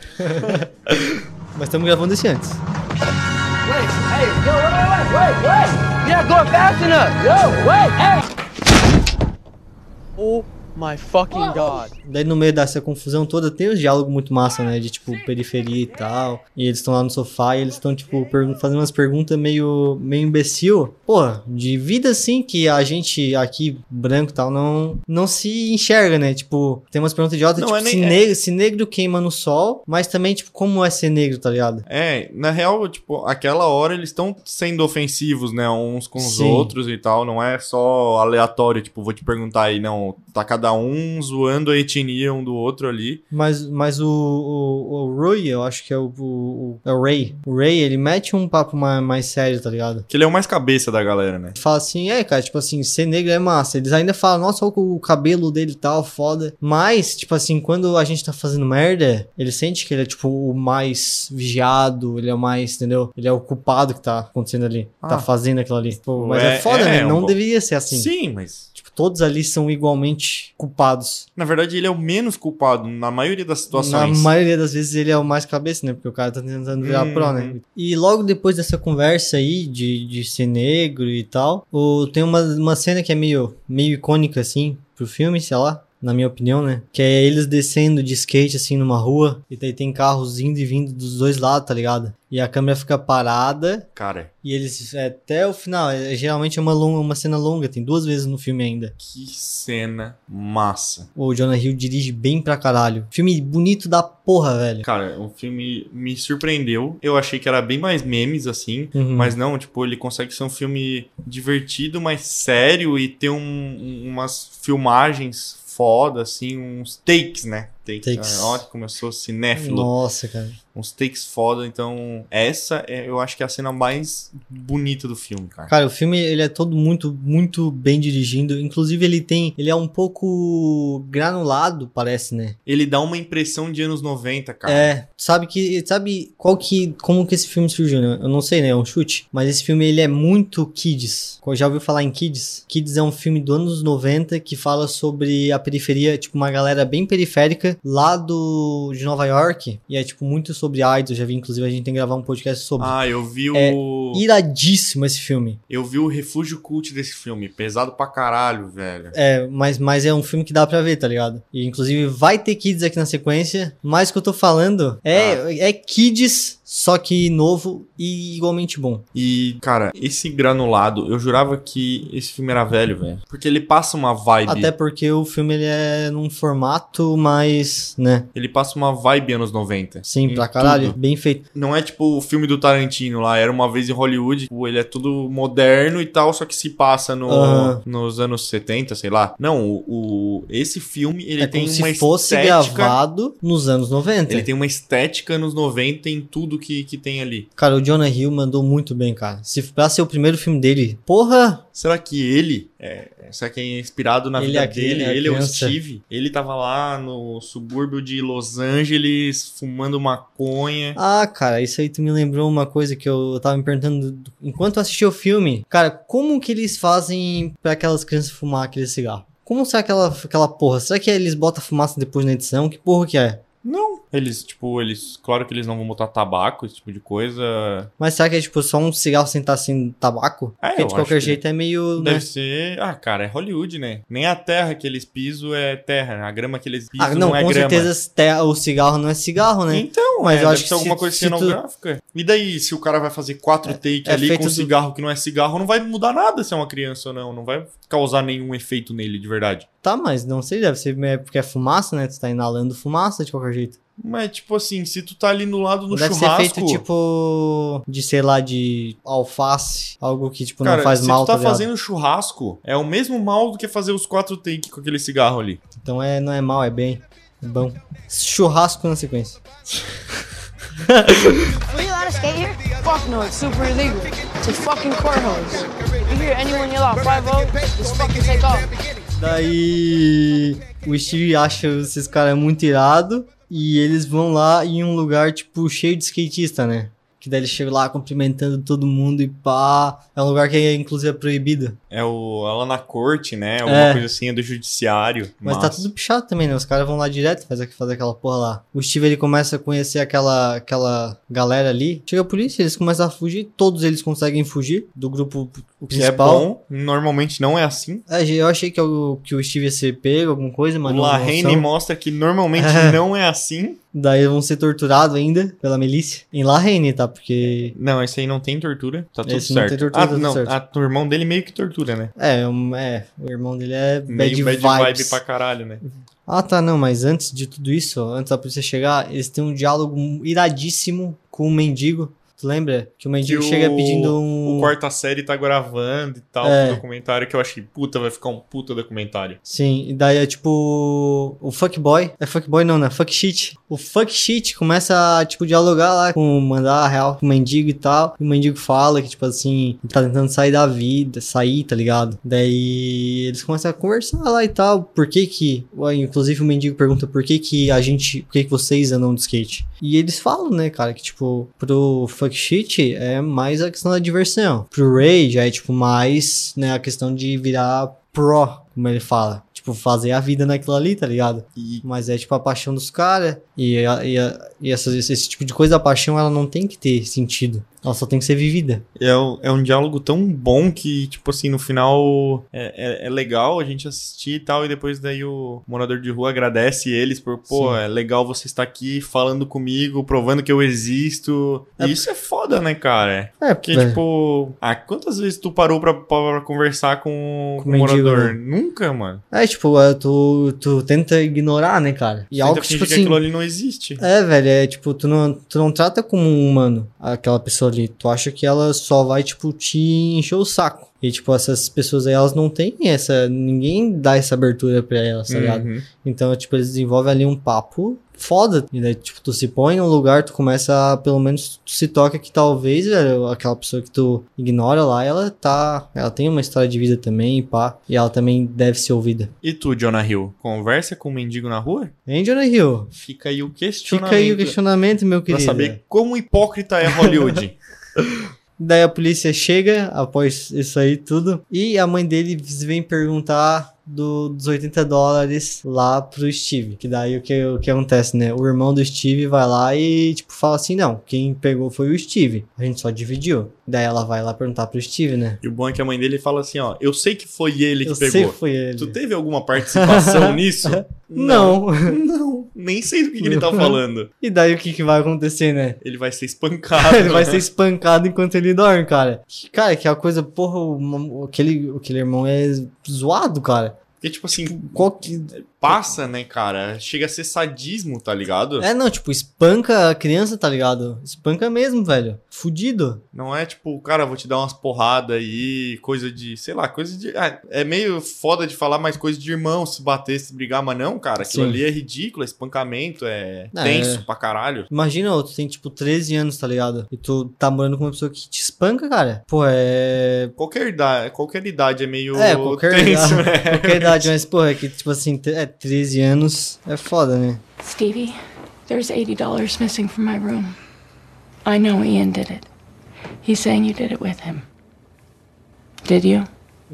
[SPEAKER 3] Mas estamos gravando esse antes.
[SPEAKER 6] Wait, hey, yo, wait, wait, wait, wait! You're not going fast enough! Yo, wait, hey! Oh my fucking god.
[SPEAKER 3] Daí no meio dessa confusão toda tem uns diálogos muito massa, né? De tipo periferia e tal. E eles estão lá no sofá e eles estão, tipo, pergun- fazendo umas perguntas meio, meio imbecil. Porra, de vida assim que a gente aqui, branco e tal, não, não se enxerga, né? Tipo, tem umas perguntas idiotas,
[SPEAKER 1] Não,
[SPEAKER 3] tipo,
[SPEAKER 1] é nem-
[SPEAKER 3] se,
[SPEAKER 1] é-
[SPEAKER 3] negro, se negro queima no sol, mas também, tipo, como é ser negro, tá ligado?
[SPEAKER 1] É, na real, tipo, aquela hora eles estão sendo ofensivos, né, uns com os
[SPEAKER 3] Sim.
[SPEAKER 1] outros e tal, não é só aleatório, tipo, vou te perguntar aí, não, tá cada um zoando a etnia um do outro ali.
[SPEAKER 3] Mas, mas o, o, o Rui, eu acho que é o, o, o- é o Ray. O Ray, ele mete um papo mais, mais sério, tá ligado?
[SPEAKER 1] Que ele é o mais cabeça da galera, né?
[SPEAKER 3] Fala assim, é, cara, tipo assim, ser negro é massa. Eles ainda falam, nossa, olha o cabelo dele e tal, foda. Mas, tipo assim, quando a gente tá fazendo merda, ele sente que ele é, tipo, o mais vigiado, ele é o mais, entendeu? Ele é o culpado que tá acontecendo ali, que
[SPEAKER 1] Ah.
[SPEAKER 3] tá fazendo aquilo ali. Tipo, mas é,
[SPEAKER 1] É-
[SPEAKER 3] foda,
[SPEAKER 1] é,
[SPEAKER 3] né?
[SPEAKER 1] é um
[SPEAKER 3] Não
[SPEAKER 1] bom-
[SPEAKER 3] deveria ser assim.
[SPEAKER 1] Sim. mas.
[SPEAKER 3] Tipo, todos ali são igualmente culpados.
[SPEAKER 1] Na verdade, ele é o menos culpado na maioria das
[SPEAKER 3] Na
[SPEAKER 1] situações.
[SPEAKER 3] maioria das vezes ele é o mais cabeça, né? Porque o cara tá tentando virar
[SPEAKER 1] Uhum.
[SPEAKER 3] pró, né? E logo depois dessa conversa aí de, de ser negro e tal, o, tem uma, uma cena que é meio, meio icônica, assim, pro filme, sei lá. Na minha opinião, né? Que é eles descendo de skate, assim, numa rua. E daí tem carros indo e vindo dos dois lados, tá ligado? E a câmera fica parada.
[SPEAKER 1] Cara,
[SPEAKER 3] E eles... é, até o final. É, geralmente é uma, longa, uma cena longa. Tem duas vezes no filme ainda.
[SPEAKER 1] que cena massa.
[SPEAKER 3] O Jonah Hill dirige bem pra caralho. Filme bonito da porra, velho.
[SPEAKER 1] Cara, o filme me surpreendeu. Eu achei que era bem mais memes, assim.
[SPEAKER 3] Uhum.
[SPEAKER 1] Mas não, tipo, ele consegue ser um filme divertido, mas sério e ter um- um- umas filmagens foda, assim, uns takes, né? Takes.
[SPEAKER 3] Takes.
[SPEAKER 1] Olha como eu sou cinéfilo.
[SPEAKER 3] Nossa, cara.
[SPEAKER 1] uns takes foda. Então, essa é, eu acho que é a cena mais bonita do filme, cara.
[SPEAKER 3] Cara, o filme ele é todo muito, muito bem dirigido. Inclusive, ele tem. Ele é um pouco granulado, parece, né?
[SPEAKER 1] Ele dá uma impressão de anos 90, cara.
[SPEAKER 3] É, sabe que sabe qual que como que esse filme surgiu, né? Eu não sei, né? É um chute, mas esse filme ele é muito kids. Já ouviu falar em Kids? Kids é um filme dos anos 90 que fala sobre a periferia, tipo uma galera bem periférica lá do de Nova York, e é tipo muito sobre AIDS, eu já vi inclusive a gente tem que gravar um podcast sobre.
[SPEAKER 1] Ah, eu vi o.
[SPEAKER 3] É, Iradíssimo esse filme.
[SPEAKER 1] Eu vi o refúgio cult desse filme. Pesado pra caralho, velho.
[SPEAKER 3] É, mas, mas é um filme que dá pra ver, tá ligado? E inclusive vai ter Kids aqui na sequência, mas o que eu tô falando é,
[SPEAKER 1] Ah.
[SPEAKER 3] é Kids, só que novo e igualmente bom.
[SPEAKER 1] E, cara, esse granulado, eu jurava que esse filme era velho, velho. Porque ele passa uma vibe.
[SPEAKER 3] Até porque o filme ele é num formato mais, né?
[SPEAKER 1] Ele passa uma vibe anos 90.
[SPEAKER 3] Sim,
[SPEAKER 1] Em
[SPEAKER 3] pra caralho,
[SPEAKER 1] tudo.
[SPEAKER 3] bem feito.
[SPEAKER 1] Não é tipo o filme do Tarantino lá, era uma vez em Hollywood, tipo, ele é tudo moderno e tal, só que se passa no,
[SPEAKER 3] Aham.
[SPEAKER 1] nos anos 70, sei lá. Não, o, o- esse filme, ele
[SPEAKER 3] é
[SPEAKER 1] tem
[SPEAKER 3] como
[SPEAKER 1] uma
[SPEAKER 3] se fosse
[SPEAKER 1] estética...
[SPEAKER 3] gravado nos anos 90.
[SPEAKER 1] Ele tem uma estética anos 90 em tudo que, que tem ali.
[SPEAKER 3] Cara, o Jonah Hill mandou muito bem, cara. Se pra ser o primeiro filme dele, porra!
[SPEAKER 1] Será que ele, é, será que é inspirado na
[SPEAKER 3] Ele
[SPEAKER 1] vida
[SPEAKER 3] é aquele-
[SPEAKER 1] dele?
[SPEAKER 3] é a
[SPEAKER 1] ele é o
[SPEAKER 3] criança.
[SPEAKER 1] Steve? Ele tava lá no subúrbio de Los Angeles, fumando maconha.
[SPEAKER 3] Ah, cara, isso aí tu me lembrou uma coisa que eu tava me perguntando do- enquanto eu assistia o filme. Cara, como que eles fazem pra aquelas crianças fumar aquele cigarro? Como será aquela, aquela porra? Será que eles botam fumaça depois na edição? Que porra que é?
[SPEAKER 1] Não. Eles, tipo, eles... Claro que eles não vão botar tabaco, esse tipo de coisa.
[SPEAKER 3] Mas será que é tipo só um cigarro sem estar sem tabaco?
[SPEAKER 1] É,
[SPEAKER 3] Porque
[SPEAKER 1] eu
[SPEAKER 3] de
[SPEAKER 1] acho
[SPEAKER 3] qualquer
[SPEAKER 1] que-
[SPEAKER 3] jeito é meio. né?
[SPEAKER 1] Deve ser. Ah, cara, é Hollywood, né? Nem a terra que eles pisam é terra. A grama que eles pisam
[SPEAKER 3] Ah, não,
[SPEAKER 1] é
[SPEAKER 3] com
[SPEAKER 1] grama.
[SPEAKER 3] certeza te- o cigarro não é cigarro, né?
[SPEAKER 1] Então,
[SPEAKER 3] Mas
[SPEAKER 1] é,
[SPEAKER 3] eu
[SPEAKER 1] deve
[SPEAKER 3] acho que se-
[SPEAKER 1] ser alguma coisa
[SPEAKER 3] se tu-
[SPEAKER 1] cenográfica. E daí, se o cara vai fazer quatro takes
[SPEAKER 3] é
[SPEAKER 1] ali
[SPEAKER 3] feito
[SPEAKER 1] com um
[SPEAKER 3] do-
[SPEAKER 1] cigarro que não é cigarro, não vai mudar nada se é uma criança ou não. Não vai causar nenhum efeito nele de verdade.
[SPEAKER 3] Tá, mas não sei, deve ser é porque é fumaça, né? Tu tá inalando fumaça de qualquer jeito.
[SPEAKER 1] Mas, tipo assim, se tu tá ali no lado do
[SPEAKER 3] deve
[SPEAKER 1] churrasco.
[SPEAKER 3] ser feito tipo de, sei lá, de alface, algo que tipo
[SPEAKER 1] Cara,
[SPEAKER 3] não faz
[SPEAKER 1] se
[SPEAKER 3] mal,
[SPEAKER 1] tu tá
[SPEAKER 3] tá ligado?
[SPEAKER 1] fazendo churrasco, é o mesmo mal do que fazer os quatro takes com aquele cigarro ali.
[SPEAKER 3] Então é, não é mal, é bem. É bom. Churrasco na sequência.
[SPEAKER 5] Were you allowed to skate here?
[SPEAKER 6] Fuck no, it's super illegal. It's a fucking courthouse. If you hear anyone yell out 5 just fucking take off.
[SPEAKER 3] Daí o Steve acha esses caras muito irado e eles vão lá em um lugar tipo cheio de skatista, né? Que daí ele chega lá cumprimentando todo mundo e pá. É um lugar que inclusive é proibido.
[SPEAKER 1] É o. Ela na corte, né? Alguma
[SPEAKER 3] É.
[SPEAKER 1] coisa assim, é do judiciário.
[SPEAKER 3] Mas tá tudo pichado também, né? Os caras vão lá direto fazer, fazer aquela porra lá. O Steve, ele começa a conhecer aquela, aquela galera ali. Chega a polícia, eles começam a fugir. Todos eles conseguem fugir do grupo
[SPEAKER 1] Que é
[SPEAKER 3] principal.
[SPEAKER 1] bom, normalmente não é assim.
[SPEAKER 3] É, eu achei que o, que o Steve ia ser pego, alguma coisa, mas
[SPEAKER 1] o
[SPEAKER 3] não- não
[SPEAKER 1] Lahane
[SPEAKER 3] são.
[SPEAKER 1] mostra que normalmente
[SPEAKER 3] É.
[SPEAKER 1] não é assim.
[SPEAKER 3] Daí vão ser torturados ainda pela milícia. Em La Reine, tá? Porque...
[SPEAKER 1] Não, esse aí não tem tortura. Tá tudo
[SPEAKER 3] Esse não
[SPEAKER 1] certo.
[SPEAKER 3] tem tortura,
[SPEAKER 1] ah,
[SPEAKER 3] tá tudo
[SPEAKER 1] não.
[SPEAKER 3] certo.
[SPEAKER 1] A, o irmão dele meio que tortura, né?
[SPEAKER 3] É, um- é, o irmão dele é bad,
[SPEAKER 1] meio bad vibe
[SPEAKER 3] vibes.
[SPEAKER 1] pra caralho, né?
[SPEAKER 3] Ah, tá, não, mas antes de tudo isso, ó, antes da polícia chegar, eles têm um diálogo iradíssimo com o mendigo. Tu lembra? Que o mendigo
[SPEAKER 1] Que
[SPEAKER 3] chega
[SPEAKER 1] o-
[SPEAKER 3] pedindo um.
[SPEAKER 1] O quarta série tá gravando e tal,
[SPEAKER 3] É.
[SPEAKER 1] um documentário que eu achei, puta, vai ficar um puta documentário.
[SPEAKER 3] Sim, e daí é tipo. O fuckboy. É fuckboy não, né? Fuck shit. O fuck shit começa a, tipo, dialogar lá com. Mandar a real com o mendigo e tal. E o mendigo fala que, tipo assim, ele tá tentando sair da vida, sair, tá ligado? Daí eles começam a conversar lá e tal. Por que que. Ué, Inclusive o mendigo pergunta por que que a gente. Por que que vocês andam de skate? E eles falam, né, cara, que, tipo, pro fuck shit é mais a questão da diversão. Pro rage é, tipo, mais, né, a questão de virar pro, como ele fala. Tipo, fazer a vida naquilo ali, tá ligado?
[SPEAKER 1] E,
[SPEAKER 3] Mas é tipo a paixão dos caras. E, a- e, a- e essas- esse, tipo de coisa, a paixão, ela não tem que ter sentido. Ela só tem que ser vivida.
[SPEAKER 1] é, um- é um diálogo tão bom que, tipo assim, no final é, é- é legal a gente assistir e tal, e depois daí o morador de rua agradece eles por, pô,
[SPEAKER 3] Sim.
[SPEAKER 1] é legal você estar aqui falando comigo, provando que eu existo.
[SPEAKER 3] É-
[SPEAKER 1] E isso é foda, né, cara?
[SPEAKER 3] É,
[SPEAKER 1] Porque, tipo, ah, quantas vezes tu parou pra, pra- pra conversar com,
[SPEAKER 3] Com
[SPEAKER 1] com o
[SPEAKER 3] mendigo, né?
[SPEAKER 1] morador? Nunca, mano.
[SPEAKER 3] é, tipo, é, tu, tu tenta ignorar, né, cara? E
[SPEAKER 1] Tenta
[SPEAKER 3] algo que, tipo
[SPEAKER 1] fingir que
[SPEAKER 3] assim.
[SPEAKER 1] aquilo ali não existe.
[SPEAKER 3] É, velho, é tipo, tu não, tu não trata como um humano aquela pessoa ali. Tu acha que ela só vai, tipo, te encher o saco. E, tipo, essas pessoas aí, elas não têm essa. Ninguém dá essa abertura pra elas, tá ligado?
[SPEAKER 1] Uhum.
[SPEAKER 3] Então, tipo, eles desenvolvem ali um papo foda. E daí, tipo, tu se põe num lugar, tu começa a, pelo menos, tu se toca que talvez, velho, aquela pessoa que tu ignora lá, ela tá. Ela tem uma história de vida também, e pá. E ela também deve ser ouvida.
[SPEAKER 1] E tu, Jonah Hill, conversa com um mendigo na rua?
[SPEAKER 3] Hein, Jonah Hill?
[SPEAKER 1] Fica aí o questionamento.
[SPEAKER 3] Fica aí o questionamento, meu
[SPEAKER 1] Pra
[SPEAKER 3] querido.
[SPEAKER 1] saber como hipócrita é Hollywood.
[SPEAKER 3] Daí a polícia chega após isso aí tudo. E a mãe dele vem perguntar do- dos 80 dólares lá pro Steve. Que daí o que, o que acontece, né? O irmão do Steve vai lá e, tipo, fala assim: não, quem pegou foi o Steve. A gente só dividiu. Daí ela vai lá perguntar pro Steve, né?
[SPEAKER 1] e o bom é que a mãe dele fala assim, ó, eu sei que foi ele que
[SPEAKER 3] Eu sei
[SPEAKER 1] pegou.
[SPEAKER 3] que foi ele.
[SPEAKER 1] Tu teve alguma participação nisso?
[SPEAKER 3] Não.
[SPEAKER 1] Não, nem sei do que, que ele tá falando.
[SPEAKER 3] E daí o que, que vai acontecer, né?
[SPEAKER 1] Ele vai ser espancado. né?
[SPEAKER 3] ele vai ser espancado enquanto ele dorme, cara. Que- Cara, que é a coisa, porra, o- aquele, aquele irmão é zoado, cara.
[SPEAKER 1] Porque, tipo assim,
[SPEAKER 3] Qual que,
[SPEAKER 1] passa, né, cara? Chega a ser sadismo, tá ligado?
[SPEAKER 3] É, não, tipo, espanca a criança, tá ligado? Espanca mesmo, velho. Fudido.
[SPEAKER 1] Não é tipo, cara, vou te dar umas porradas aí, coisa de, sei lá, coisa de. ah, é meio foda de falar, mas coisa de irmão, se bater, se brigar, mas não, cara. Aquilo
[SPEAKER 3] Sim.
[SPEAKER 1] ali é ridículo, é espancamento, é
[SPEAKER 3] Ah,
[SPEAKER 1] tenso
[SPEAKER 3] é.
[SPEAKER 1] pra caralho.
[SPEAKER 3] Imagina, ó, tu tem, tipo, 13 anos, tá ligado? E tu tá morando com uma pessoa que te espanca, cara. Pô, é.
[SPEAKER 1] Qualquer idade, qualquer idade é meio
[SPEAKER 3] É, qualquer
[SPEAKER 1] tenso,
[SPEAKER 3] idade.
[SPEAKER 1] né?
[SPEAKER 3] Qualquer idade, mas, porra, é que, tipo assim, te- é 13 anos é foda, né?
[SPEAKER 7] Stevie, there's $80 missing from my room. I know Ian did it. He's saying you did it with him. Did you?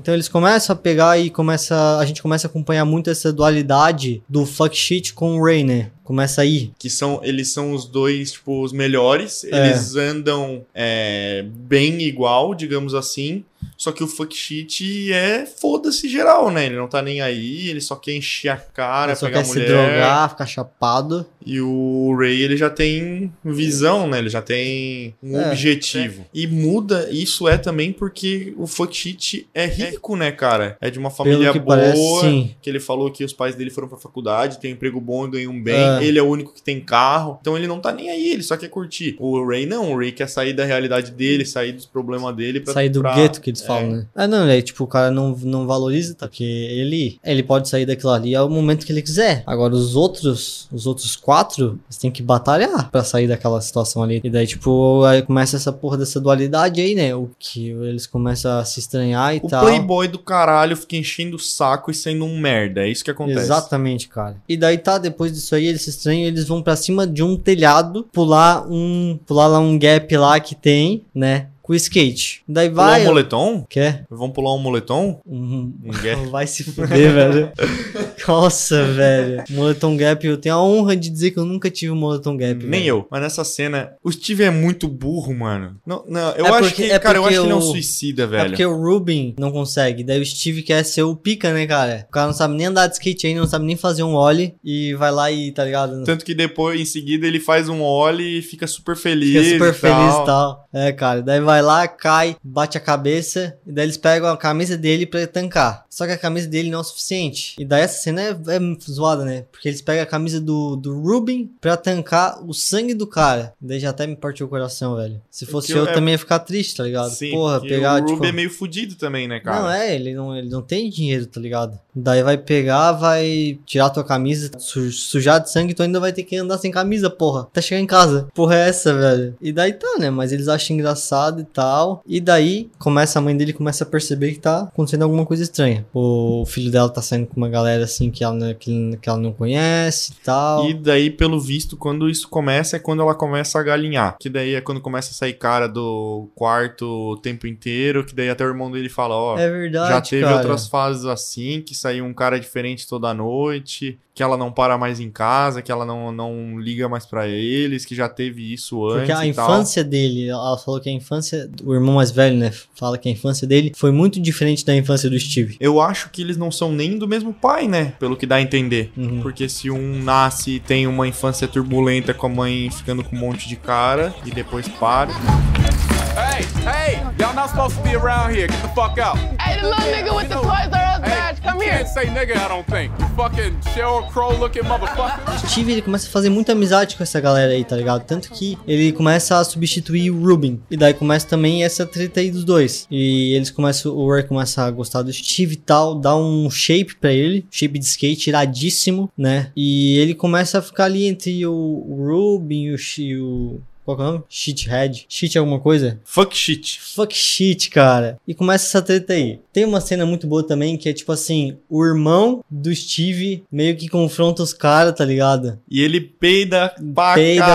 [SPEAKER 3] Então eles começam a pegar e começa. A gente começa a acompanhar muito essa dualidade do fuck shit com o Ray, né? Começa aí.
[SPEAKER 1] Que são, eles são os dois, tipo, os melhores. Eles andam é, bem igual, digamos assim. Só que o fuck shit é foda-se geral, né? Ele não tá nem aí, ele só quer encher a cara,
[SPEAKER 3] só
[SPEAKER 1] pegar
[SPEAKER 3] quer
[SPEAKER 1] a mulher.
[SPEAKER 3] se drogar, ficar chapado.
[SPEAKER 1] E o Ray, ele já tem visão, né? Ele já tem um
[SPEAKER 3] É,
[SPEAKER 1] objetivo. E muda, isso é também porque o fuck shit é rico, né, cara? É de uma família
[SPEAKER 3] Pelo que
[SPEAKER 1] boa.
[SPEAKER 3] parece, sim.
[SPEAKER 1] Que ele falou que os pais dele foram pra faculdade, tem um emprego bom e ganham bem.
[SPEAKER 3] É.
[SPEAKER 1] Ele é o único que tem carro. Então ele não tá nem aí, ele só quer curtir. O Ray não, o Ray quer sair da realidade dele, sair dos problemas dele. Pra,
[SPEAKER 3] Sair do
[SPEAKER 1] pra-
[SPEAKER 3] gueto que eles
[SPEAKER 1] é.
[SPEAKER 3] falam, né? Ah, não, é tipo, o cara não, não valoriza, tá? Porque ele, ele pode sair daquilo ali ao momento que ele quiser. Agora, os outros, os outros quatro, eles têm que batalhar pra sair daquela situação ali. E daí, tipo, aí começa essa porra dessa dualidade aí, né? O que eles começam a se estranhar e
[SPEAKER 1] O
[SPEAKER 3] tal.
[SPEAKER 1] playboy do caralho fica enchendo o saco e sendo um merda. É isso que acontece.
[SPEAKER 3] Exatamente, cara. E daí tá, depois disso aí, eles se estranham, eles vão pra cima de um telhado, pular um, pular lá um gap lá que tem, né? Com o skate. Daí
[SPEAKER 1] Pular
[SPEAKER 3] vai.
[SPEAKER 1] um moletom?
[SPEAKER 3] Quer?
[SPEAKER 1] Vamos pular um moletom?
[SPEAKER 3] Um,
[SPEAKER 1] Um gap.
[SPEAKER 3] Vai se fuder, velho. Nossa, velho. Moletom Gap, eu tenho a honra de dizer que eu nunca tive um moletom Gap.
[SPEAKER 1] Nem eu. Mas nessa cena, o Steve é muito burro, mano. Não, não eu
[SPEAKER 3] É
[SPEAKER 1] acho
[SPEAKER 3] porque-
[SPEAKER 1] que.
[SPEAKER 3] é
[SPEAKER 1] cara, eu
[SPEAKER 3] porque
[SPEAKER 1] acho que ele é um
[SPEAKER 3] o-
[SPEAKER 1] suicida,
[SPEAKER 3] É
[SPEAKER 1] velho.
[SPEAKER 3] porque o Ruben não consegue. Daí o Steve quer ser o pica, né, cara? O cara não sabe nem andar de skate ainda, não sabe nem fazer um ollie e vai lá e, tá ligado?
[SPEAKER 1] Tanto que depois, em seguida, ele faz um ollie e fica super feliz.
[SPEAKER 3] Fica super
[SPEAKER 1] e
[SPEAKER 3] feliz e
[SPEAKER 1] tal.
[SPEAKER 3] tal. É, cara. Daí vai lá, cai, bate a cabeça. E daí eles pegam a camisa dele pra tancar. Só que a camisa dele não é o suficiente. E daí essa cena é, é zoada, né? Porque eles pegam a camisa do, do Rubin pra tancar o sangue do cara. Daí já até me partiu o coração, velho. Se fosse
[SPEAKER 1] Porque
[SPEAKER 3] eu,
[SPEAKER 1] é-
[SPEAKER 3] também ia ficar triste, tá ligado?
[SPEAKER 1] Sim,
[SPEAKER 3] Porra,
[SPEAKER 1] porque
[SPEAKER 3] pegar,
[SPEAKER 1] o Ruby
[SPEAKER 3] tipo...
[SPEAKER 1] é meio fudido também, né, cara?
[SPEAKER 3] Não, é, ele não, ele não tem dinheiro, tá ligado? Daí vai pegar, vai tirar tua camisa, su- sujar de sangue, tu ainda vai ter que andar sem camisa, porra. Até chegar em casa. Porra, é essa, velho. E daí tá, né? Mas eles acham engraçado e tal. E daí começa a mãe dele começa a perceber que tá acontecendo alguma coisa estranha. O filho dela tá saindo com uma galera assim que ela, não- que, que ela não conhece e tal.
[SPEAKER 1] E daí, pelo visto, quando isso começa é quando ela começa a galinhar. Que daí é quando começa a sair cara do quarto o tempo inteiro. Que daí até o irmão dele fala: Ó,
[SPEAKER 3] É verdade,
[SPEAKER 1] Já teve
[SPEAKER 3] cara.
[SPEAKER 1] outras fases assim, que saiu um cara diferente toda noite, que ela não para mais em casa, que ela não, não liga mais pra eles, que já teve isso
[SPEAKER 3] Porque
[SPEAKER 1] antes
[SPEAKER 3] a
[SPEAKER 1] e
[SPEAKER 3] infância dele, ela falou que a infância, o irmão mais velho, né? Fala que a infância dele foi muito diferente da infância do Steve.
[SPEAKER 1] tal. Eu acho que eles não são nem do mesmo pai, né? Pelo que dá a entender.
[SPEAKER 3] Uhum.
[SPEAKER 1] Porque se um nasce e tem uma infância turbulenta com a mãe ficando com um monte de cara e depois para.
[SPEAKER 4] Hey, hey,
[SPEAKER 8] Y'all not supposed to be around here. Get the fuck out.
[SPEAKER 7] Hey, the little nigga with the Toys R Us badge, come
[SPEAKER 8] you
[SPEAKER 7] here.
[SPEAKER 8] can't say nigga, I don't think. You fucking Cheryl Crow looking motherfucker.
[SPEAKER 3] Steve ele começa a fazer muita amizade com essa galera aí, tá ligado? Tanto que ele começa a substituir o Ruben. E daí começa também essa treta aí dos dois. E eles começam, o Roy começa a gostar do Steve e tal, dá um shape pra ele, shape de skate iradíssimo, né? E ele começa a ficar ali entre o, o Ruben e o, Chi- o. Qual que é o nome? Shithead. Shit alguma coisa?
[SPEAKER 1] Fuck shit.
[SPEAKER 3] Fuck shit, cara. E começa essa treta aí. Tem uma cena muito boa também que é tipo assim: o irmão do Steve meio que confronta os caras, tá ligado?
[SPEAKER 1] E ele peida pra
[SPEAKER 3] Peida pra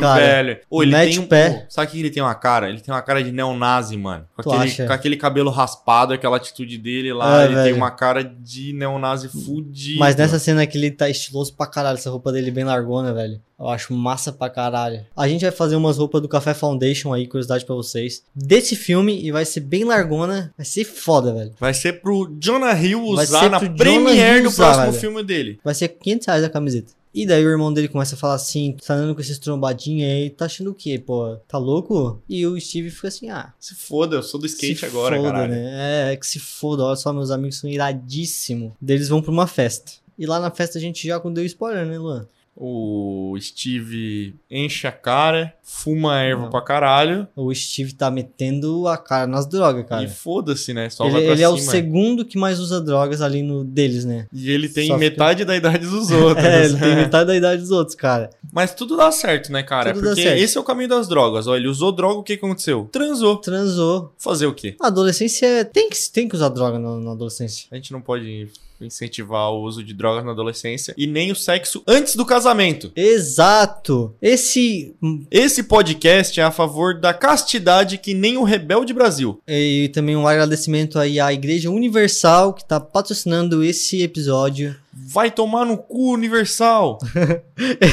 [SPEAKER 3] caralho, cara.
[SPEAKER 1] velho. Ô, ele
[SPEAKER 3] Mete
[SPEAKER 1] tem
[SPEAKER 3] o
[SPEAKER 1] um-
[SPEAKER 3] pé.
[SPEAKER 1] Sabe o que ele tem uma cara? Ele tem uma cara de neonazi, mano. Com,
[SPEAKER 3] Tu
[SPEAKER 1] aquele,
[SPEAKER 3] acha?
[SPEAKER 1] com aquele cabelo raspado, aquela atitude dele lá.
[SPEAKER 3] É,
[SPEAKER 1] ele tem
[SPEAKER 3] velho.
[SPEAKER 1] uma cara de neonazi fudido.
[SPEAKER 3] Mas nessa cena que ele tá estiloso pra caralho, essa roupa dele bem largona, velho. Eu acho massa pra caralho. A gente vai fazer umas roupas do Café Foundation aí, curiosidade pra vocês. Desse filme e vai ser bem largona. Vai ser foda, velho.
[SPEAKER 1] Vai ser pro Jonah Hill
[SPEAKER 3] Vai
[SPEAKER 1] usar
[SPEAKER 3] ser
[SPEAKER 1] na
[SPEAKER 3] pro Jonah
[SPEAKER 1] premiere
[SPEAKER 3] Hill
[SPEAKER 1] do
[SPEAKER 3] usar,
[SPEAKER 1] próximo
[SPEAKER 3] velho.
[SPEAKER 1] filme dele.
[SPEAKER 3] Vai ser 500 reais a camiseta. E daí o irmão dele começa a falar assim, tá andando com esses trombadinhos aí, tá achando o quê, pô? Tá louco? E o Steve fica assim, ah,
[SPEAKER 1] Se foda, eu sou do skate
[SPEAKER 3] se
[SPEAKER 1] agora,
[SPEAKER 3] foda,
[SPEAKER 1] caralho.
[SPEAKER 3] né? É, é que se foda, olha só, meus amigos são iradíssimos. Daí eles vão pra uma festa. E lá na festa a gente já deu spoiler, né, Luan?
[SPEAKER 1] O Steve enche a cara, fuma a erva
[SPEAKER 3] Não.
[SPEAKER 1] pra caralho.
[SPEAKER 3] O Steve tá metendo a cara nas drogas,
[SPEAKER 1] E
[SPEAKER 3] cara.
[SPEAKER 1] foda-se, né? Só
[SPEAKER 3] Ele,
[SPEAKER 1] vai pra
[SPEAKER 3] ele é o
[SPEAKER 1] cima.
[SPEAKER 3] segundo que mais usa drogas ali no deles, né?
[SPEAKER 1] E ele tem
[SPEAKER 3] Só fica-
[SPEAKER 1] metade da idade dos outros. assim, né?
[SPEAKER 3] É, ele tem metade da idade dos outros, cara.
[SPEAKER 1] Mas tudo dá certo, né, cara?
[SPEAKER 3] Tudo dá
[SPEAKER 1] Porque
[SPEAKER 3] certo.
[SPEAKER 1] esse é o caminho das drogas. Ó, ele usou droga, o que aconteceu? Transou.
[SPEAKER 3] Transou.
[SPEAKER 1] Fazer o quê?
[SPEAKER 3] A adolescência é- tem que, tem que usar droga na, na adolescência.
[SPEAKER 1] A gente não pode incentivar o uso de drogas na adolescência e nem o sexo antes do casamento.
[SPEAKER 3] Exato! Esse. hum,
[SPEAKER 1] Esse podcast é a favor da castidade que nem o Rebelde Brasil.
[SPEAKER 3] E também um agradecimento aí à Igreja Universal que tá patrocinando esse episódio.
[SPEAKER 1] Vai tomar no cu universal.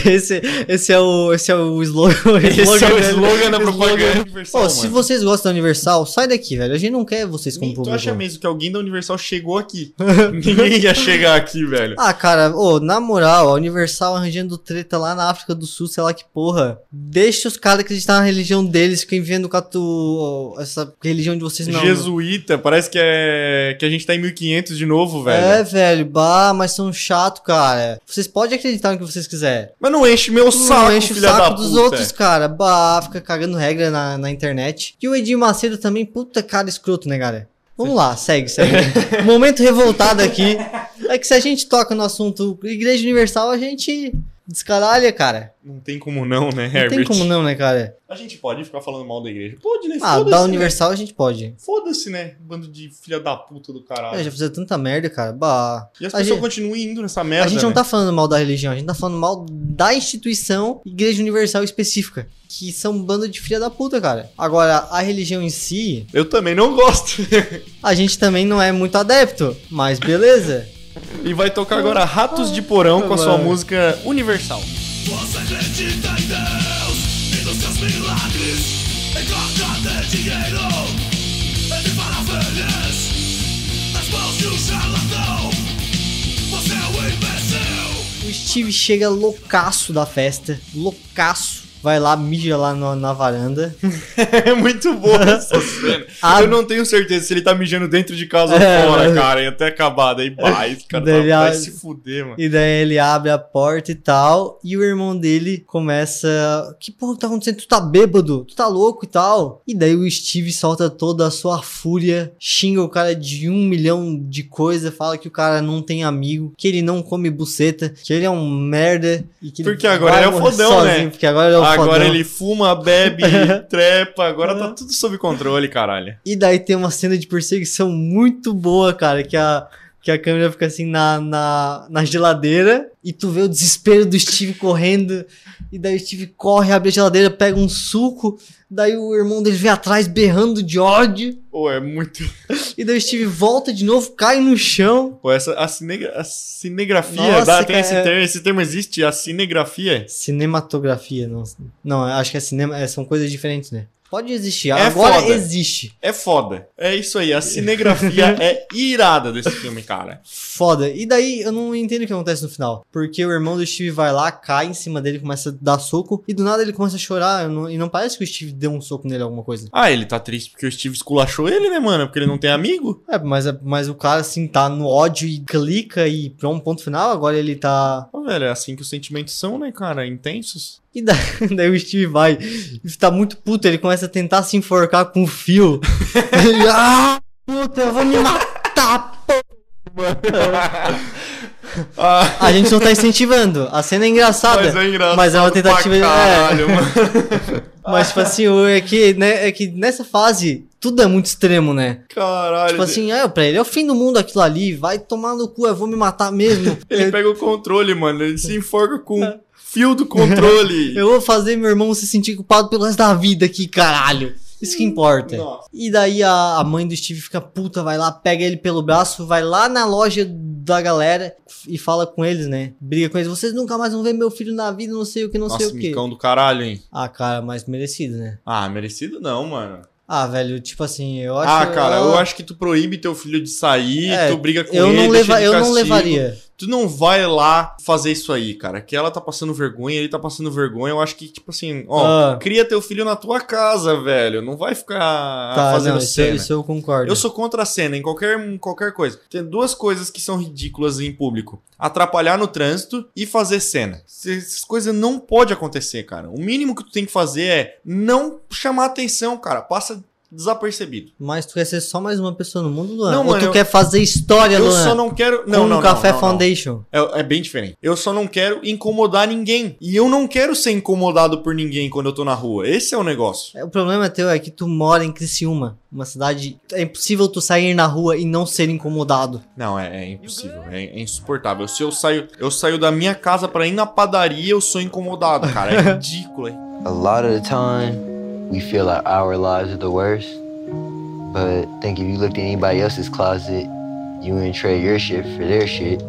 [SPEAKER 3] Esse, esse é o. Esse é o slogan.
[SPEAKER 1] Esse é o
[SPEAKER 3] dele.
[SPEAKER 1] slogan da propaganda
[SPEAKER 3] Pô,
[SPEAKER 1] universal. mano.
[SPEAKER 3] se vocês gostam da Universal, sai daqui, velho. A gente não quer vocês como
[SPEAKER 1] Nem- Tu acha
[SPEAKER 3] público.
[SPEAKER 1] mesmo que alguém da Universal chegou aqui? Ninguém ia chegar aqui, velho.
[SPEAKER 3] Ah, cara, ô, na moral, a Universal arranjando treta lá na África do Sul, sei lá que porra. Deixa os caras acreditar na religião deles, fiquem vendo com a tu, essa religião de vocês não. né?
[SPEAKER 1] Jesuíta, parece que é que a gente tá em 1500 de novo, velho.
[SPEAKER 3] É, velho, bah, mas são chato, cara. Vocês podem acreditar no que vocês quiserem.
[SPEAKER 1] Mas não enche meu saco,
[SPEAKER 3] não enche o
[SPEAKER 1] filha da
[SPEAKER 3] saco
[SPEAKER 1] puta.
[SPEAKER 3] dos outros, cara. Bah, fica cagando regra na, na internet. E o Edir Macedo também, puta cara escroto, né, galera? Vamos lá, segue, segue. Momento revoltado aqui. É que se a gente toca no assunto Igreja Universal, a gente descaralha, cara.
[SPEAKER 1] Não tem como não, né,
[SPEAKER 3] Não
[SPEAKER 1] Herbert?
[SPEAKER 3] tem como não, né, cara?
[SPEAKER 1] A gente pode ficar falando mal da igreja. Pode, né?
[SPEAKER 3] Ah,
[SPEAKER 1] Foda-se,
[SPEAKER 3] da
[SPEAKER 1] né?
[SPEAKER 3] Universal a gente pode.
[SPEAKER 1] Foda-se, né? Bando de filha da puta do caralho.
[SPEAKER 3] Eu É, já fiz tanta merda, cara. Bah.
[SPEAKER 1] E as
[SPEAKER 3] A
[SPEAKER 1] pessoas
[SPEAKER 3] gente-
[SPEAKER 1] continuam indo nessa merda.
[SPEAKER 3] a gente não
[SPEAKER 1] né?
[SPEAKER 3] tá falando mal da religião, a gente tá falando mal da instituição Igreja Universal específica. Que são um bando de filha da puta, cara. Agora, a religião em si,
[SPEAKER 1] Eu também não gosto.
[SPEAKER 3] a gente também não é muito adepto, mas beleza.
[SPEAKER 1] e vai tocar agora Ratos de Porão com a sua
[SPEAKER 3] Mano.
[SPEAKER 1] música Universal.
[SPEAKER 4] um é
[SPEAKER 3] O Steve chega loucaço da festa, loucaço. Vai lá, mija lá no- na varanda.
[SPEAKER 1] É muito boa essa cena.
[SPEAKER 3] Ah.
[SPEAKER 1] Eu não tenho certeza se ele tá mijando dentro de casa
[SPEAKER 3] É,
[SPEAKER 1] ou fora,
[SPEAKER 3] mano.
[SPEAKER 1] cara. E até acabar daí, pá, esse cara
[SPEAKER 3] Deve
[SPEAKER 1] tá, vai
[SPEAKER 3] a-
[SPEAKER 1] se fuder, mano.
[SPEAKER 3] E daí ele abre a porta e tal. E o irmão dele começa. Que porra que tá acontecendo? Tu tá bêbado? Tu tá louco e tal? E daí o Steve solta toda a sua fúria, xinga o cara de um milhão de coisa, fala que o cara não tem amigo, que ele não come buceta, que ele é um merda. E que ele
[SPEAKER 1] Porque agora
[SPEAKER 3] vai
[SPEAKER 1] ele é o
[SPEAKER 3] morrer
[SPEAKER 1] fodão, né?
[SPEAKER 3] Porque agora ele é o
[SPEAKER 1] agora
[SPEAKER 3] fodão. É.
[SPEAKER 1] ele fuma, bebe, trepa, agora tá tudo sob controle, caralho.
[SPEAKER 3] E daí tem uma cena de perseguição muito boa, cara, que a, que a câmera fica assim na, na, na geladeira e tu vê o desespero do Steve correndo. E daí o Steve corre, abre a geladeira, pega um suco. Daí o irmão dele vem atrás berrando de ódio.
[SPEAKER 1] Pô, é muito.
[SPEAKER 3] E daí o Steve volta de novo, cai no chão.
[SPEAKER 1] Pô, essa, a, cinegra- a cinegrafia.
[SPEAKER 3] Nossa,
[SPEAKER 1] dá- tem
[SPEAKER 3] cara,
[SPEAKER 1] esse
[SPEAKER 3] é-
[SPEAKER 1] termo, esse termo existe, a cinegrafia.
[SPEAKER 3] Cinematografia, não. Não, acho que é cinema, é, são coisas diferentes, né? Pode existir.
[SPEAKER 1] É
[SPEAKER 3] Agora
[SPEAKER 1] foda.
[SPEAKER 3] existe.
[SPEAKER 1] É foda. É isso aí. A cinegrafia é irada desse filme, cara.
[SPEAKER 3] Foda. E daí eu não entendo o que acontece no final. Porque o irmão do Steve vai lá, cai em cima dele, começa a dar soco. E do nada ele começa a chorar. eu não- e não parece que o Steve deu um soco nele, alguma coisa.
[SPEAKER 1] Ah, ele tá triste porque o Steve esculachou ele, né, mano? Porque ele não tem amigo.
[SPEAKER 3] É, mas, mas o cara assim tá no ódio e clica e pra um ponto final. Agora ele tá.
[SPEAKER 1] Pô, velho, é assim que os sentimentos são, né, cara? Intensos.
[SPEAKER 3] E daí, daí o Steve vai. Ele tá muito puto. Ele começa a tentar se enforcar com o fio. ele, ah, puta, eu vou me matar, pô.
[SPEAKER 1] Ah,
[SPEAKER 3] A gente não tá incentivando. A cena é engraçada.
[SPEAKER 1] mas é engraçado.
[SPEAKER 3] Mas é uma tentativa.
[SPEAKER 1] pra
[SPEAKER 3] é.
[SPEAKER 1] Caralho, mano.
[SPEAKER 3] Mas, tipo assim, o- é que, né, é que nessa fase tudo é muito extremo, né?
[SPEAKER 1] Caralho.
[SPEAKER 3] Tipo assim, é, pra ele é o fim do mundo aquilo ali, vai tomar no cu, eu vou me matar mesmo.
[SPEAKER 1] Ele
[SPEAKER 3] eu, É.
[SPEAKER 1] pega o controle, mano. Ele se enforca com o fio do controle.
[SPEAKER 3] eu vou fazer meu irmão se sentir culpado pelo resto da vida aqui, caralho. Isso que importa.
[SPEAKER 1] Nossa.
[SPEAKER 3] E daí a, a mãe do Steve fica puta, vai lá, pega ele pelo braço, vai lá na loja da galera e fala com eles, né? Briga com eles, vocês nunca mais vão ver meu filho na vida, não sei o que, não sei
[SPEAKER 1] Nossa,
[SPEAKER 3] o que.
[SPEAKER 1] micão do caralho, hein?
[SPEAKER 3] Ah, cara, mais merecido, né?
[SPEAKER 1] Ah, merecido não, mano.
[SPEAKER 3] Ah, velho, tipo assim, eu acho
[SPEAKER 1] Ah, cara, eu
[SPEAKER 3] ah,
[SPEAKER 1] acho que tu proíbe teu filho de sair,
[SPEAKER 3] É,
[SPEAKER 1] tu briga com
[SPEAKER 3] eu
[SPEAKER 1] ele,
[SPEAKER 3] não,
[SPEAKER 1] deixa
[SPEAKER 3] leva,
[SPEAKER 1] ele de
[SPEAKER 3] eu não
[SPEAKER 1] castigo.
[SPEAKER 3] levaria.
[SPEAKER 1] Tu não vai lá fazer isso aí, cara. Que ela tá passando vergonha, ele tá passando vergonha. Eu acho que, tipo assim, ó,
[SPEAKER 3] Ah.
[SPEAKER 1] cria teu filho na tua casa, velho. Não vai ficar
[SPEAKER 3] Tá,
[SPEAKER 1] fazendo
[SPEAKER 3] não, isso,
[SPEAKER 1] cena.
[SPEAKER 3] isso eu concordo.
[SPEAKER 1] Eu sou contra a cena em qualquer, em qualquer coisa. Tem duas coisas que são ridículas em público: atrapalhar no trânsito e fazer cena. Se- Essas coisas não pode acontecer, cara. O mínimo que tu tem que fazer é não chamar atenção, cara. Passa desapercebido.
[SPEAKER 3] Mas tu quer ser só mais uma pessoa no mundo, Luan?
[SPEAKER 1] Não,
[SPEAKER 3] Ou
[SPEAKER 1] mano,
[SPEAKER 3] tu
[SPEAKER 1] eu-
[SPEAKER 3] quer fazer história,
[SPEAKER 1] Eu
[SPEAKER 3] Luan?
[SPEAKER 1] só não quero.
[SPEAKER 3] com
[SPEAKER 1] Não,
[SPEAKER 3] o
[SPEAKER 1] não, não,
[SPEAKER 3] Café
[SPEAKER 1] não, não.
[SPEAKER 3] Foundation.
[SPEAKER 1] É, é bem diferente. Eu só não quero incomodar ninguém. E eu não quero ser incomodado por ninguém quando eu tô na rua. Esse é o negócio.
[SPEAKER 3] É, O problema teu é que tu mora em Criciúma, uma cidade... É impossível tu sair na rua e não ser incomodado.
[SPEAKER 1] Não, é, é impossível. É, é insuportável. Se eu saio, eu saio da minha casa pra ir na padaria, eu sou incomodado, cara. É ridículo, hein?
[SPEAKER 9] A lot of the time, we feel like our lives are the worst. But I think if you looked in anybody else's closet, you wouldn't trade your shit for their shit.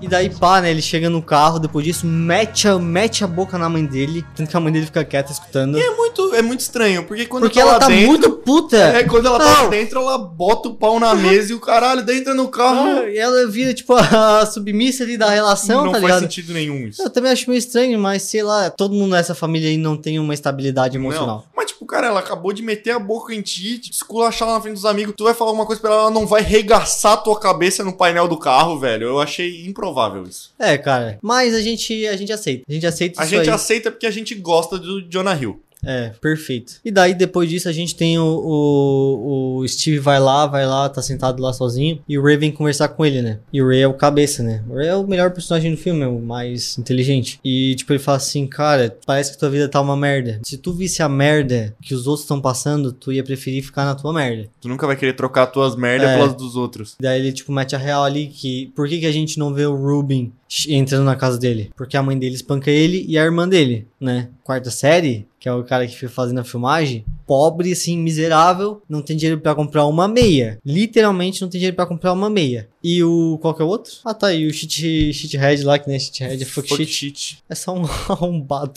[SPEAKER 3] E daí, pá, né? Ele chega no carro, depois disso, mete a, mete a boca na mãe dele. Tanto que a mãe dele fica quieta escutando.
[SPEAKER 1] É muito, é muito estranho, porque quando
[SPEAKER 3] porque
[SPEAKER 1] tá
[SPEAKER 3] ela
[SPEAKER 1] lá
[SPEAKER 3] tá
[SPEAKER 1] dentro,
[SPEAKER 3] muito puta.
[SPEAKER 1] É, quando ela tá
[SPEAKER 3] Não.
[SPEAKER 1] dentro, ela bota o pau na mesa e o caralho, dentro no carro.
[SPEAKER 3] Ah, e ela vira, tipo, a submissa ali da relação,
[SPEAKER 1] não
[SPEAKER 3] tá
[SPEAKER 1] faz
[SPEAKER 3] ligado?
[SPEAKER 1] sentido nenhum isso.
[SPEAKER 3] Eu também acho meio estranho, mas sei lá, todo mundo nessa família aí não tem uma estabilidade emocional.
[SPEAKER 1] Não. Mas, tipo, cara, ela acabou de meter a boca em ti, te esculachar lá na frente dos amigos. Tu vai falar alguma coisa pra ela, ela não vai regaçar tua cabeça no painel do carro, velho. Eu achei improvável isso.
[SPEAKER 3] É, cara. Mas a gente, a gente aceita. A gente aceita
[SPEAKER 1] a
[SPEAKER 3] isso
[SPEAKER 1] gente
[SPEAKER 3] aí.
[SPEAKER 1] aceita porque a gente gosta do Jonah Hill.
[SPEAKER 3] É, perfeito. E daí, depois disso, a gente tem o, o, o Steve vai lá, vai lá, tá sentado lá sozinho. E o Ray vem conversar com ele, né? E o Ray é o cabeça, né? O Ray é o melhor personagem do filme, é o mais inteligente. E, tipo, ele fala assim, cara, parece que tua vida tá uma merda. Se tu visse a merda que os outros estão passando, tu ia preferir ficar na tua merda.
[SPEAKER 1] Tu nunca vai querer trocar tuas merdas
[SPEAKER 3] É.
[SPEAKER 1] pelas dos outros.
[SPEAKER 3] Daí ele, tipo, mete a real ali que por que, que a gente não vê o Rubin ch- entrando na casa dele? Porque a mãe dele espanca ele e a irmã dele, né? Quarta série, que é o cara que foi fazendo a filmagem, pobre, assim, miserável, não tem dinheiro pra comprar uma meia. Literalmente não tem dinheiro pra comprar uma meia. E o. Qual que é o outro? Ah, tá. E o shit, shithead lá, que nem é shithead, é fuck, shit.
[SPEAKER 1] shit.
[SPEAKER 3] É só um arrombado.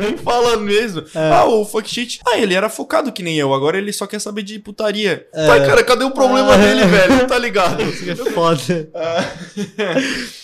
[SPEAKER 1] Nem fala mesmo.
[SPEAKER 3] É.
[SPEAKER 1] Ah, o fuck shit. Ah, ele era focado que nem eu. Agora ele só quer saber de putaria.
[SPEAKER 3] É.
[SPEAKER 1] Tá, cara, cadê o problema
[SPEAKER 3] Ah.
[SPEAKER 1] dele, velho? Tá ligado?
[SPEAKER 3] É foda.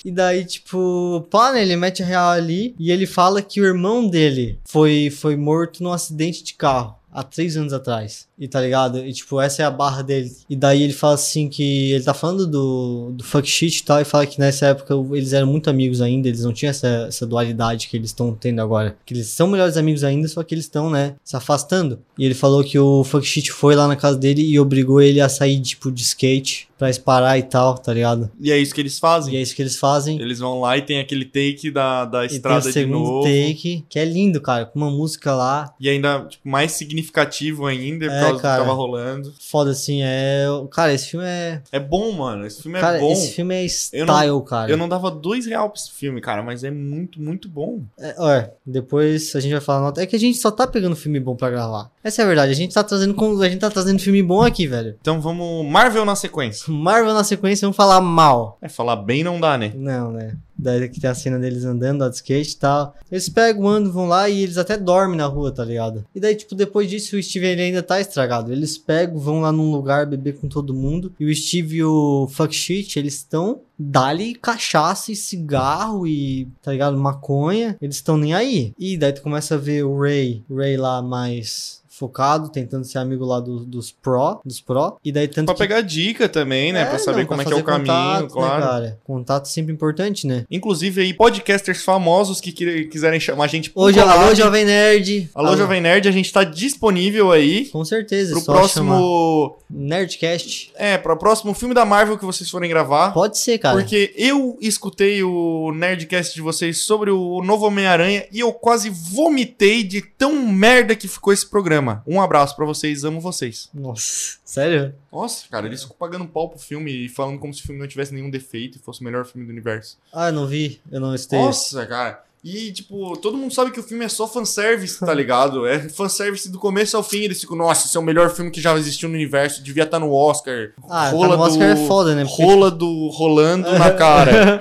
[SPEAKER 3] e daí, tipo, pá, né? Ele mete a real ali e ele fala que o irmão dele foi, foi morto num acidente de carro. Há três anos atrás. E tá ligado? E tipo, essa é a barra dele. E daí ele fala assim que. Ele tá falando do, do fuck shit e tal. E fala que nessa época eles eram muito amigos ainda. Eles não tinham essa, essa dualidade que eles estão tendo agora. Que eles são melhores amigos ainda, só que eles estão, né, se afastando. E ele falou que o fuck shit foi lá na casa dele e obrigou ele a sair, tipo, de skate pra esparar e tal, tá ligado?
[SPEAKER 1] E é isso que eles fazem.
[SPEAKER 3] E é isso que eles fazem.
[SPEAKER 1] Eles vão lá e tem aquele take da, da
[SPEAKER 3] E tem o
[SPEAKER 1] estrada de
[SPEAKER 3] segundo
[SPEAKER 1] novo.
[SPEAKER 3] take, que é lindo, cara, com uma música lá.
[SPEAKER 1] E ainda tipo, mais significativo ainda, por
[SPEAKER 3] É,
[SPEAKER 1] causa
[SPEAKER 3] cara.
[SPEAKER 1] do que tava rolando.
[SPEAKER 3] Foda assim, é. Cara, esse filme é.
[SPEAKER 1] É bom, mano. Esse filme
[SPEAKER 3] cara,
[SPEAKER 1] é bom.
[SPEAKER 3] esse filme é
[SPEAKER 1] Eu
[SPEAKER 3] style,
[SPEAKER 1] não-
[SPEAKER 3] cara.
[SPEAKER 1] Eu não dava dois real pra esse filme, cara, mas é muito, muito bom.
[SPEAKER 3] É, ó, é, depois a gente vai falar nota. É que a gente só tá pegando filme bom pra gravar. Essa é a verdade. A gente tá trazendo, com- a gente tá trazendo filme bom aqui, velho.
[SPEAKER 1] Então vamos. Marvel na sequência.
[SPEAKER 3] Marvel na sequência, vamos falar mal.
[SPEAKER 1] É, falar bem não dá, né?
[SPEAKER 3] Não, né? Daí que tem a cena deles andando, ó, de skate e tal. Eles pegam, andam, vão lá e eles até dormem na rua, tá ligado? E daí, tipo, depois disso, o Steve ele ainda tá estragado. Eles pegam, vão lá num lugar beber com todo mundo. E o Steve e o Fuck Shit, eles estão dali cachaça e cigarro e, tá ligado? Maconha. Eles estão nem aí. E daí tu começa a ver o Ray, o Ray lá mais focado, tentando ser amigo lá do- dos pro, dos pro. E daí tanto
[SPEAKER 1] Pra
[SPEAKER 3] que-
[SPEAKER 1] pegar dica também, né? pra saber
[SPEAKER 3] não,
[SPEAKER 1] como é que é
[SPEAKER 3] fazer
[SPEAKER 1] o caminho,
[SPEAKER 3] contato, né,
[SPEAKER 1] claro.
[SPEAKER 3] cara? Contato sempre importante, né?
[SPEAKER 1] Inclusive aí, podcasters famosos que quire- quiserem chamar a gente pro
[SPEAKER 3] Hoje,
[SPEAKER 1] collab.
[SPEAKER 3] alô, Jovem Nerd.
[SPEAKER 1] Alô, Jovem Nerd, a gente tá disponível aí
[SPEAKER 3] Com certeza,
[SPEAKER 1] pro
[SPEAKER 3] só chamar.
[SPEAKER 1] próximo.
[SPEAKER 3] Nerdcast.
[SPEAKER 1] É, pro próximo filme da Marvel que vocês forem gravar.
[SPEAKER 3] Pode ser, cara.
[SPEAKER 1] Porque eu escutei o Nerdcast de vocês sobre o novo Homem-Aranha e eu quase vomitei de tão merda que ficou esse programa. Um abraço pra vocês, amo vocês.
[SPEAKER 3] Nossa, sério?
[SPEAKER 1] Nossa, cara, eles ficam pagando pau pro filme e falando como se o filme não tivesse nenhum defeito e fosse o melhor filme do universo.
[SPEAKER 3] Ah, eu não vi. Eu não estei.
[SPEAKER 1] Nossa, cara. E, tipo, todo mundo sabe que o filme é só fanservice, tá ligado? É fanservice do começo ao fim. Eles ficam, nossa, esse é o melhor filme que já existiu no universo, devia estar no Oscar.
[SPEAKER 3] Ah, tá no Oscar é foda, né? Porque-
[SPEAKER 1] Rola do rolando na cara.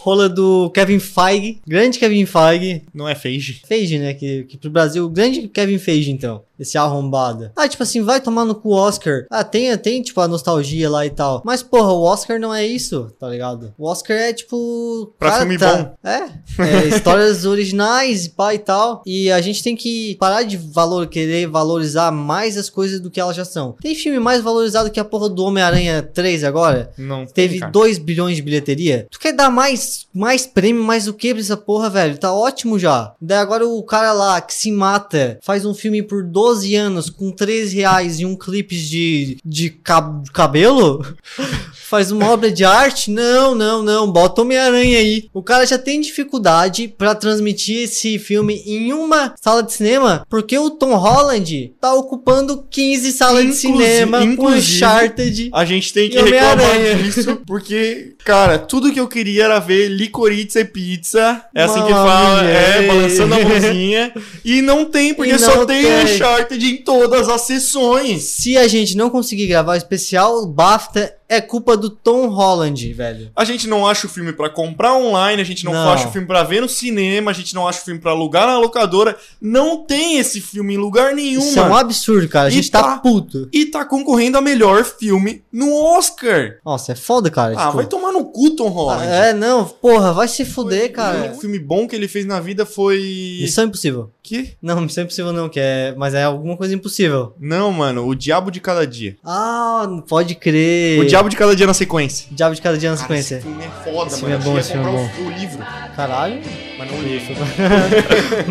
[SPEAKER 3] Rola do Kevin Feige. Grande Kevin Feige.
[SPEAKER 1] Não é Feige?
[SPEAKER 3] Feige, né? Que, que pro Brasil, o grande Kevin Feige, então. Esse arrombado. Ah, tipo assim, vai tomar no cu o Oscar. Ah, tem, tem, tipo, a nostalgia lá e tal. Mas, porra, o Oscar não é isso, tá ligado? O Oscar é, tipo...
[SPEAKER 1] Pra
[SPEAKER 3] cara,
[SPEAKER 1] filme
[SPEAKER 3] tá- É. é histórias originais e pá e tal. E a gente tem que parar de valor, querer valorizar mais as coisas do que elas já são. Tem filme mais valorizado que a porra do Homem-Aranha 3 agora?
[SPEAKER 1] Não.
[SPEAKER 3] Teve
[SPEAKER 1] tem, cara.
[SPEAKER 3] 2 bilhões de bilheteria. Tu quer dar mais, mais prêmio, mais o que pra essa porra, velho? Tá ótimo já. Daí agora o cara lá que se mata, faz um filme por 12 anos com 3 reais e um clipe de, de cab- cabelo? Faz uma obra de arte? Não, não, não. Bota Homem-Aranha aí. O cara já tem dificuldade pra transmitir esse filme em uma sala de cinema, porque o Tom Holland tá ocupando 15 salas de
[SPEAKER 1] Inclusive-
[SPEAKER 3] cinema com
[SPEAKER 1] inclusive-
[SPEAKER 3] Uncharted.
[SPEAKER 1] A gente tem que
[SPEAKER 3] E
[SPEAKER 1] reclamar
[SPEAKER 3] Homem-Aranha.
[SPEAKER 1] disso, porque, cara, tudo que eu queria era ver licorice e pizza. É assim que
[SPEAKER 3] Mamma
[SPEAKER 1] fala,
[SPEAKER 3] mia.
[SPEAKER 1] é, balançando a mãozinha. E não tem, porque
[SPEAKER 3] E
[SPEAKER 1] só
[SPEAKER 3] não
[SPEAKER 1] tem,
[SPEAKER 3] tem.
[SPEAKER 1] Uncharted em todas as sessões.
[SPEAKER 3] Se a gente não conseguir gravar o especial, BAFTA é culpa do Tom Holland, velho.
[SPEAKER 1] A gente não acha o filme pra comprar online, a gente não,
[SPEAKER 3] Não.
[SPEAKER 1] acha o filme pra ver no cinema, a gente não acha o filme pra alugar na locadora. Não tem esse filme em lugar nenhum,
[SPEAKER 3] Isso é um
[SPEAKER 1] mano.
[SPEAKER 3] absurdo, cara. A
[SPEAKER 1] E
[SPEAKER 3] gente tá...
[SPEAKER 1] tá-
[SPEAKER 3] puto.
[SPEAKER 1] E tá concorrendo a melhor filme no Oscar.
[SPEAKER 3] Nossa, é foda, cara.
[SPEAKER 1] Ah,
[SPEAKER 3] tipo-
[SPEAKER 1] vai tomar no cu, Tom
[SPEAKER 3] Ah,
[SPEAKER 1] Holland.
[SPEAKER 3] É, não, porra, vai se
[SPEAKER 1] Foi-
[SPEAKER 3] fuder,
[SPEAKER 1] O
[SPEAKER 3] cara.
[SPEAKER 1] único filme bom que ele fez na vida foi.
[SPEAKER 3] Missão impossível.
[SPEAKER 1] Que?
[SPEAKER 3] Não, missão impossível não, que é. Mas é alguma coisa impossível.
[SPEAKER 1] Não, mano, O Diabo de Cada Dia.
[SPEAKER 3] Ah, pode crer.
[SPEAKER 1] O Diabo de Cada Dia na sequência.
[SPEAKER 3] Diabo de cada dia na sequência.
[SPEAKER 1] Esse filme é foda,
[SPEAKER 3] Esse filme
[SPEAKER 1] mano.
[SPEAKER 3] é bom,
[SPEAKER 1] eu
[SPEAKER 3] esse
[SPEAKER 1] cheguei a
[SPEAKER 3] filme é
[SPEAKER 1] comprar o, o livro,
[SPEAKER 3] Caralho.
[SPEAKER 1] mas não li. ainda.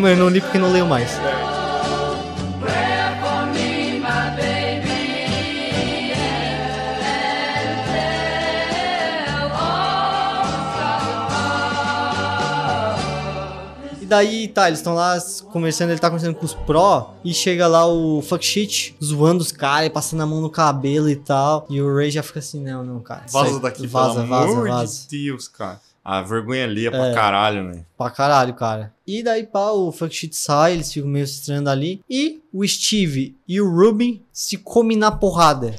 [SPEAKER 3] Mano, eu não li porque não leio mais. E daí, tá, eles estão lá conversando, ele tá conversando com os pró, e chega lá o fuck shit zoando os caras e passando a mão no cabelo e tal. E o Ray já fica assim, não, não, cara. isso
[SPEAKER 1] Vaza
[SPEAKER 3] aí-
[SPEAKER 1] daqui,
[SPEAKER 3] vaza,
[SPEAKER 1] pelo
[SPEAKER 3] vaza,
[SPEAKER 1] amor
[SPEAKER 3] vaza.
[SPEAKER 1] de Deus, cara. A vergonha ali é pra caralho, né?
[SPEAKER 3] Pra caralho, cara. E daí, pá, o Fuck Shit sai, eles ficam meio se estranhando ali. E o Steve e o Ruben se comem na porrada.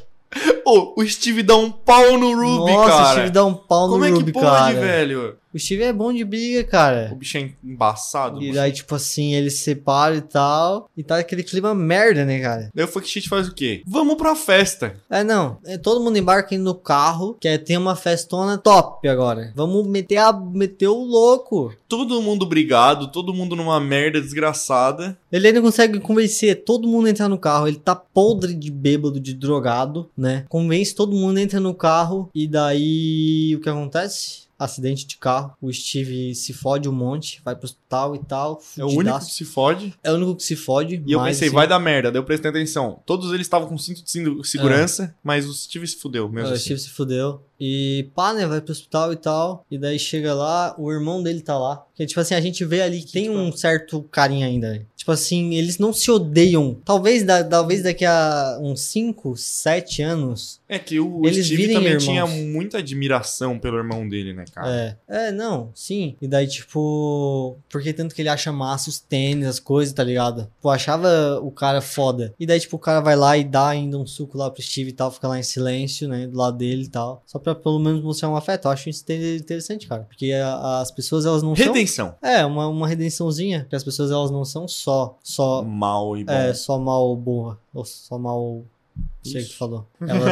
[SPEAKER 1] Ô, o Steve dá um pau no Ruby,
[SPEAKER 3] Nossa,
[SPEAKER 1] cara.
[SPEAKER 3] o Steve dá um pau
[SPEAKER 1] Como
[SPEAKER 3] no
[SPEAKER 1] é que
[SPEAKER 3] Ruby,
[SPEAKER 1] pode,
[SPEAKER 3] cara.
[SPEAKER 1] velho?
[SPEAKER 3] O Steve é bom de briga,
[SPEAKER 1] O
[SPEAKER 3] cara.
[SPEAKER 1] bicho é embaçado.
[SPEAKER 3] E
[SPEAKER 1] mano.
[SPEAKER 3] daí, tipo assim, eles se separam e tal. E tá aquele clima merda, né, cara?
[SPEAKER 1] Daí o Fuck Shit faz o quê? Vamos pra festa.
[SPEAKER 3] É, não. É, todo mundo embarca indo no carro, que é ter uma festona top agora. Vamos meter, a, meter o louco.
[SPEAKER 1] Todo mundo brigado, todo mundo numa merda desgraçada.
[SPEAKER 3] Ele ainda consegue convencer todo mundo a entrar no carro. Ele tá podre de bêbado, de drogado, né? Convence todo mundo, entra no carro. E daí o que acontece? Acidente de carro. O Steve se fode um monte, vai pro hospital e tal.
[SPEAKER 1] É o
[SPEAKER 3] fudidaço.
[SPEAKER 1] único que se fode.
[SPEAKER 3] É o único que se fode.
[SPEAKER 1] E eu
[SPEAKER 3] mas,
[SPEAKER 1] pensei,
[SPEAKER 3] assim,
[SPEAKER 1] vai dar merda. Daí eu prestei atenção. Todos eles estavam com cinto de sin- segurança, mas o Steve se fudeu
[SPEAKER 3] ah,
[SPEAKER 1] mesmo.
[SPEAKER 3] O
[SPEAKER 1] assim.
[SPEAKER 3] É. Steve se fudeu. E pá, né? Vai pro hospital e tal. E daí chega lá, o irmão dele tá lá. Que tipo assim, a gente vê ali que tem um certo carinho ainda. né? Tipo assim, eles não se odeiam. Talvez, da, talvez daqui a uns 5, 7 anos.
[SPEAKER 1] É que o
[SPEAKER 3] Eles
[SPEAKER 1] Steve
[SPEAKER 3] virem
[SPEAKER 1] também
[SPEAKER 3] irmãos.
[SPEAKER 1] tinha muita admiração pelo irmão dele, né, cara?
[SPEAKER 3] É. É, não, sim. E daí, tipo. Porque tanto que ele acha massa os tênis, as coisas, tá ligado? Pô, achava o cara foda. E daí, tipo, o cara vai lá e dá ainda um suco lá pro Steve e tal, fica lá em silêncio, né? Do lado dele e tal. Só pra pelo menos mostrar um afeto. Eu acho isso inte- interessante, cara. Porque a- as pessoas, elas não são.
[SPEAKER 1] Redenção.
[SPEAKER 3] É, uma, uma redençãozinha. Que as pessoas, elas não são só. Só.
[SPEAKER 1] Mal e bom.
[SPEAKER 3] É, só mal boa. Ou só mal. Não sei o que tu falou.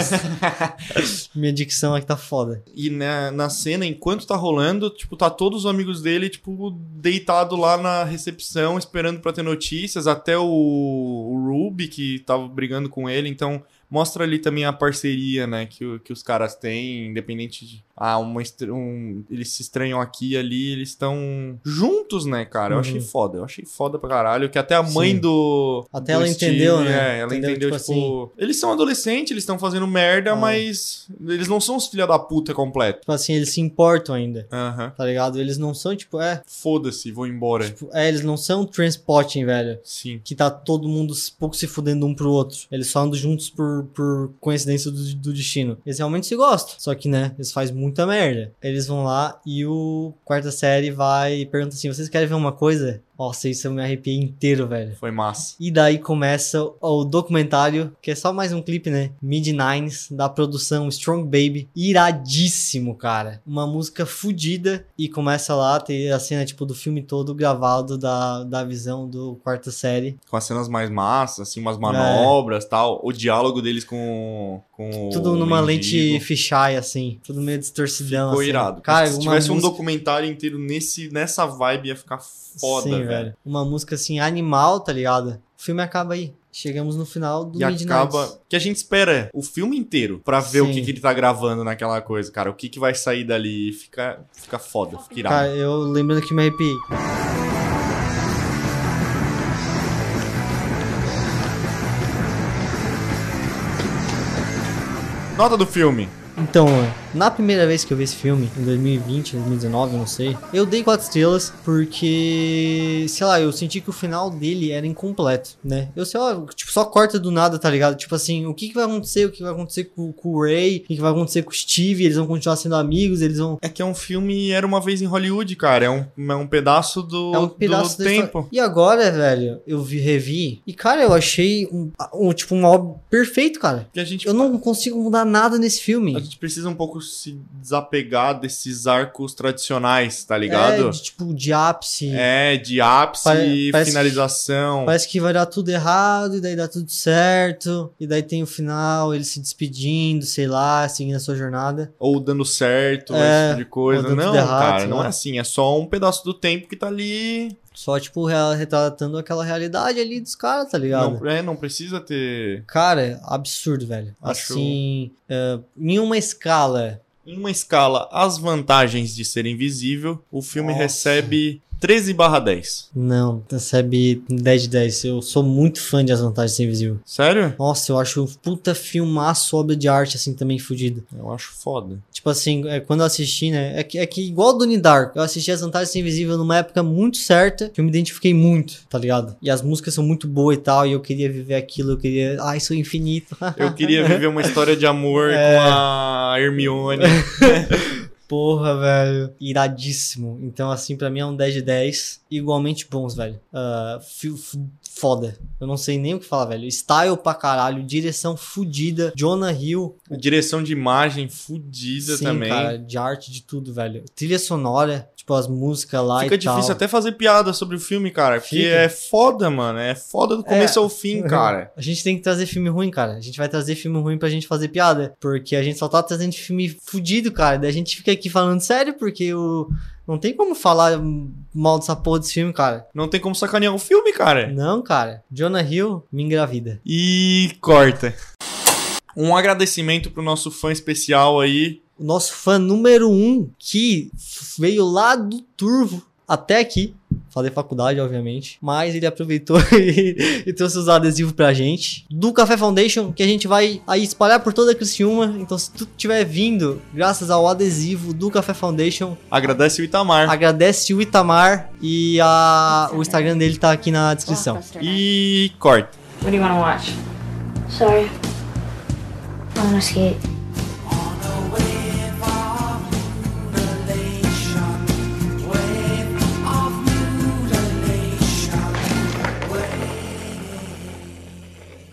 [SPEAKER 3] Elas- Minha dicção aqui tá foda.
[SPEAKER 1] E na, na cena, enquanto tá rolando, tipo, tá todos os amigos dele, tipo, deitado lá na recepção, esperando pra ter notícias, até o, o Ruby, que tava brigando com ele, então mostra ali também a parceria, né, que, o- que os caras têm, independente de... Ah, uma estra- um- eles se estranham aqui e ali, eles estão juntos, né, cara? Eu
[SPEAKER 3] Uhum.
[SPEAKER 1] achei foda, eu achei foda pra caralho, que até a mãe
[SPEAKER 3] Sim.
[SPEAKER 1] do...
[SPEAKER 3] Até
[SPEAKER 1] do
[SPEAKER 3] ela entendeu,
[SPEAKER 1] Steve,
[SPEAKER 3] né?
[SPEAKER 1] É, ela
[SPEAKER 3] Entendeu,
[SPEAKER 1] entendeu,
[SPEAKER 3] tipo
[SPEAKER 1] tipo... Eles são adolescentes, eles estão fazendo merda,
[SPEAKER 3] É.
[SPEAKER 1] mas eles não são os filha da puta completo.
[SPEAKER 3] Tipo assim, eles se importam ainda.
[SPEAKER 1] Aham.
[SPEAKER 3] Tá ligado? Eles não são, tipo, é.
[SPEAKER 1] Foda-se, vou embora.
[SPEAKER 3] tipo, é, eles não são transporting, velho.
[SPEAKER 1] Sim.
[SPEAKER 3] Que tá todo mundo s- pouco se fudendo um pro outro. Eles só andam juntos por, por coincidência do, do destino. Eles realmente se gostam. Só que, né, eles fazem muita merda. Eles vão lá e o quarta série vai e pergunta assim: vocês querem ver uma coisa? Nossa, isso eu me arrepiei inteiro, velho.
[SPEAKER 1] Foi massa.
[SPEAKER 3] E daí começa o documentário, que é só mais um clipe, né? Mid Nines, da produção Strong Baby. Iradíssimo, cara. Uma música fodida. E começa lá, tem a cena, tipo, do filme todo gravado da, da visão do quarta série.
[SPEAKER 1] Com as cenas mais massas, assim,
[SPEAKER 3] É.
[SPEAKER 1] umas manobras tal. O diálogo deles com. com
[SPEAKER 3] Tudo
[SPEAKER 1] o
[SPEAKER 3] numa lente
[SPEAKER 1] mendigo.
[SPEAKER 3] fisheye, assim. Tudo meio distorcidão,
[SPEAKER 1] Ficou
[SPEAKER 3] assim.
[SPEAKER 1] irado.
[SPEAKER 3] Cara,
[SPEAKER 1] Se
[SPEAKER 3] uma
[SPEAKER 1] tivesse um
[SPEAKER 3] música-
[SPEAKER 1] documentário inteiro nesse, nessa vibe, ia ficar foda,
[SPEAKER 3] Sim,
[SPEAKER 1] velho.
[SPEAKER 3] Uma música, assim, animal, tá ligado? O filme acaba aí. Chegamos no final do
[SPEAKER 1] E
[SPEAKER 3] Mid Nines.
[SPEAKER 1] acaba. Que a gente espera o filme inteiro pra ver o que,
[SPEAKER 3] Sim.
[SPEAKER 1] que ele tá gravando naquela coisa, cara. O que, que vai sair dali. e Fica, fica foda, fica irado.
[SPEAKER 3] Cara, eu lembrando que me arrepiei.
[SPEAKER 1] Nota do filme.
[SPEAKER 3] Então, na primeira vez que eu vi esse filme, em 2020, 2019, eu não sei, eu dei quatro estrelas porque, sei lá, eu senti que o final dele era incompleto, né? Eu sei lá, tipo, só corta do nada, tá ligado? Tipo assim, o que, que vai acontecer? O que vai acontecer com, com o Ray? O que, que vai acontecer com o Steve? Eles vão continuar sendo amigos? Eles vão.
[SPEAKER 1] É que é um filme Era uma vez em Hollywood, cara. É um, é um pedaço do,
[SPEAKER 3] É um pedaço
[SPEAKER 1] do
[SPEAKER 3] da história.
[SPEAKER 1] tempo.
[SPEAKER 3] E agora, velho, eu vi, revi. E, cara, eu achei um, um tipo, um álbum perfeito, cara.
[SPEAKER 1] Que a gente
[SPEAKER 3] Eu não consigo mudar nada nesse filme.
[SPEAKER 1] A gente precisa um pouco se desapegar desses arcos tradicionais, tá
[SPEAKER 3] É,
[SPEAKER 1] ligado?
[SPEAKER 3] de, tipo, de ápice.
[SPEAKER 1] É, de, ápice
[SPEAKER 3] Pare-
[SPEAKER 1] e
[SPEAKER 3] parece
[SPEAKER 1] finalização.
[SPEAKER 3] Parece que vai dar tudo errado, e daí dá tudo certo, e daí tem o final, ele se despedindo, sei lá, seguindo a sua jornada.
[SPEAKER 1] Ou dando certo,
[SPEAKER 3] É,
[SPEAKER 1] esse tipo de coisa.
[SPEAKER 3] ou dando
[SPEAKER 1] Não,
[SPEAKER 3] tudo errado, né?
[SPEAKER 1] cara,
[SPEAKER 3] sei
[SPEAKER 1] não
[SPEAKER 3] lá.
[SPEAKER 1] é assim. É só um pedaço do tempo que tá ali.
[SPEAKER 3] Só, tipo, rea- retratando aquela realidade ali dos caras, tá ligado?
[SPEAKER 1] Não, é, não precisa ter.
[SPEAKER 3] Cara, é absurdo, velho.
[SPEAKER 1] Acho-
[SPEAKER 3] Assim, é, em uma escala.
[SPEAKER 1] Em uma escala, as vantagens de ser invisível, o filme
[SPEAKER 3] Nossa.
[SPEAKER 1] recebe 13 barra 10.
[SPEAKER 3] Não, recebe 10 de 10. Eu sou muito fã de As Vantagens do Ser Invisível.
[SPEAKER 1] Sério?
[SPEAKER 3] Nossa, eu acho um puta filmaço, obra de arte, assim, também fudido.
[SPEAKER 1] Eu acho foda.
[SPEAKER 3] Tipo assim, é, quando eu assisti, né? É que, é que igual do Dark, eu assisti As Vantagens do Invisível numa época muito certa, que eu me identifiquei muito, tá ligado? E as músicas são muito boas e tal, e eu queria viver aquilo, eu queria. ah, Ai, sou infinito.
[SPEAKER 1] Eu queria viver uma história de amor
[SPEAKER 3] É.
[SPEAKER 1] com a Hermione.
[SPEAKER 3] Porra, velho. Iradíssimo. Então, assim, pra mim é um 10 de 10. Igualmente bons, velho. Ah, fi- f- foda. Eu não sei nem o que falar, velho. Style pra caralho, direção fudida, Jonah Hill.
[SPEAKER 1] Direção de imagem fudida
[SPEAKER 3] Sim,
[SPEAKER 1] também.
[SPEAKER 3] cara, de arte, de tudo, velho. Trilha sonora, tipo, as músicas lá
[SPEAKER 1] Fica
[SPEAKER 3] e tal.
[SPEAKER 1] difícil até fazer piada sobre o filme, cara. Porque
[SPEAKER 3] Fica.
[SPEAKER 1] é foda, mano. É foda do começo
[SPEAKER 3] É.
[SPEAKER 1] ao fim, cara.
[SPEAKER 3] A gente tem que trazer filme ruim, cara. A gente vai trazer filme ruim pra gente fazer piada. Porque a gente só tá trazendo filme fudido, cara. Daí a gente fica aqui falando sério, porque o. Não tem como falar mal dessa porra desse filme, cara.
[SPEAKER 1] Não tem como sacanear o filme, cara.
[SPEAKER 3] Não, cara. Jonah Hill me engravida.
[SPEAKER 1] E corta. Um agradecimento pro nosso fã especial aí.
[SPEAKER 3] O nosso fã número um, que veio lá do Turvo até aqui, fazer faculdade, obviamente. Mas ele aproveitou e, e trouxe os adesivos pra gente. Do Café Foundation, que a gente vai aí espalhar por toda a Criciúma. Então, se tu tiver vindo, graças ao adesivo do Café Foundation,
[SPEAKER 1] Agradece o Itamar.
[SPEAKER 3] agradece o Itamar e a- o Instagram dele tá aqui na descrição.
[SPEAKER 1] E corta.
[SPEAKER 7] What do you want to watch?
[SPEAKER 5] Sorry. I wanna skate.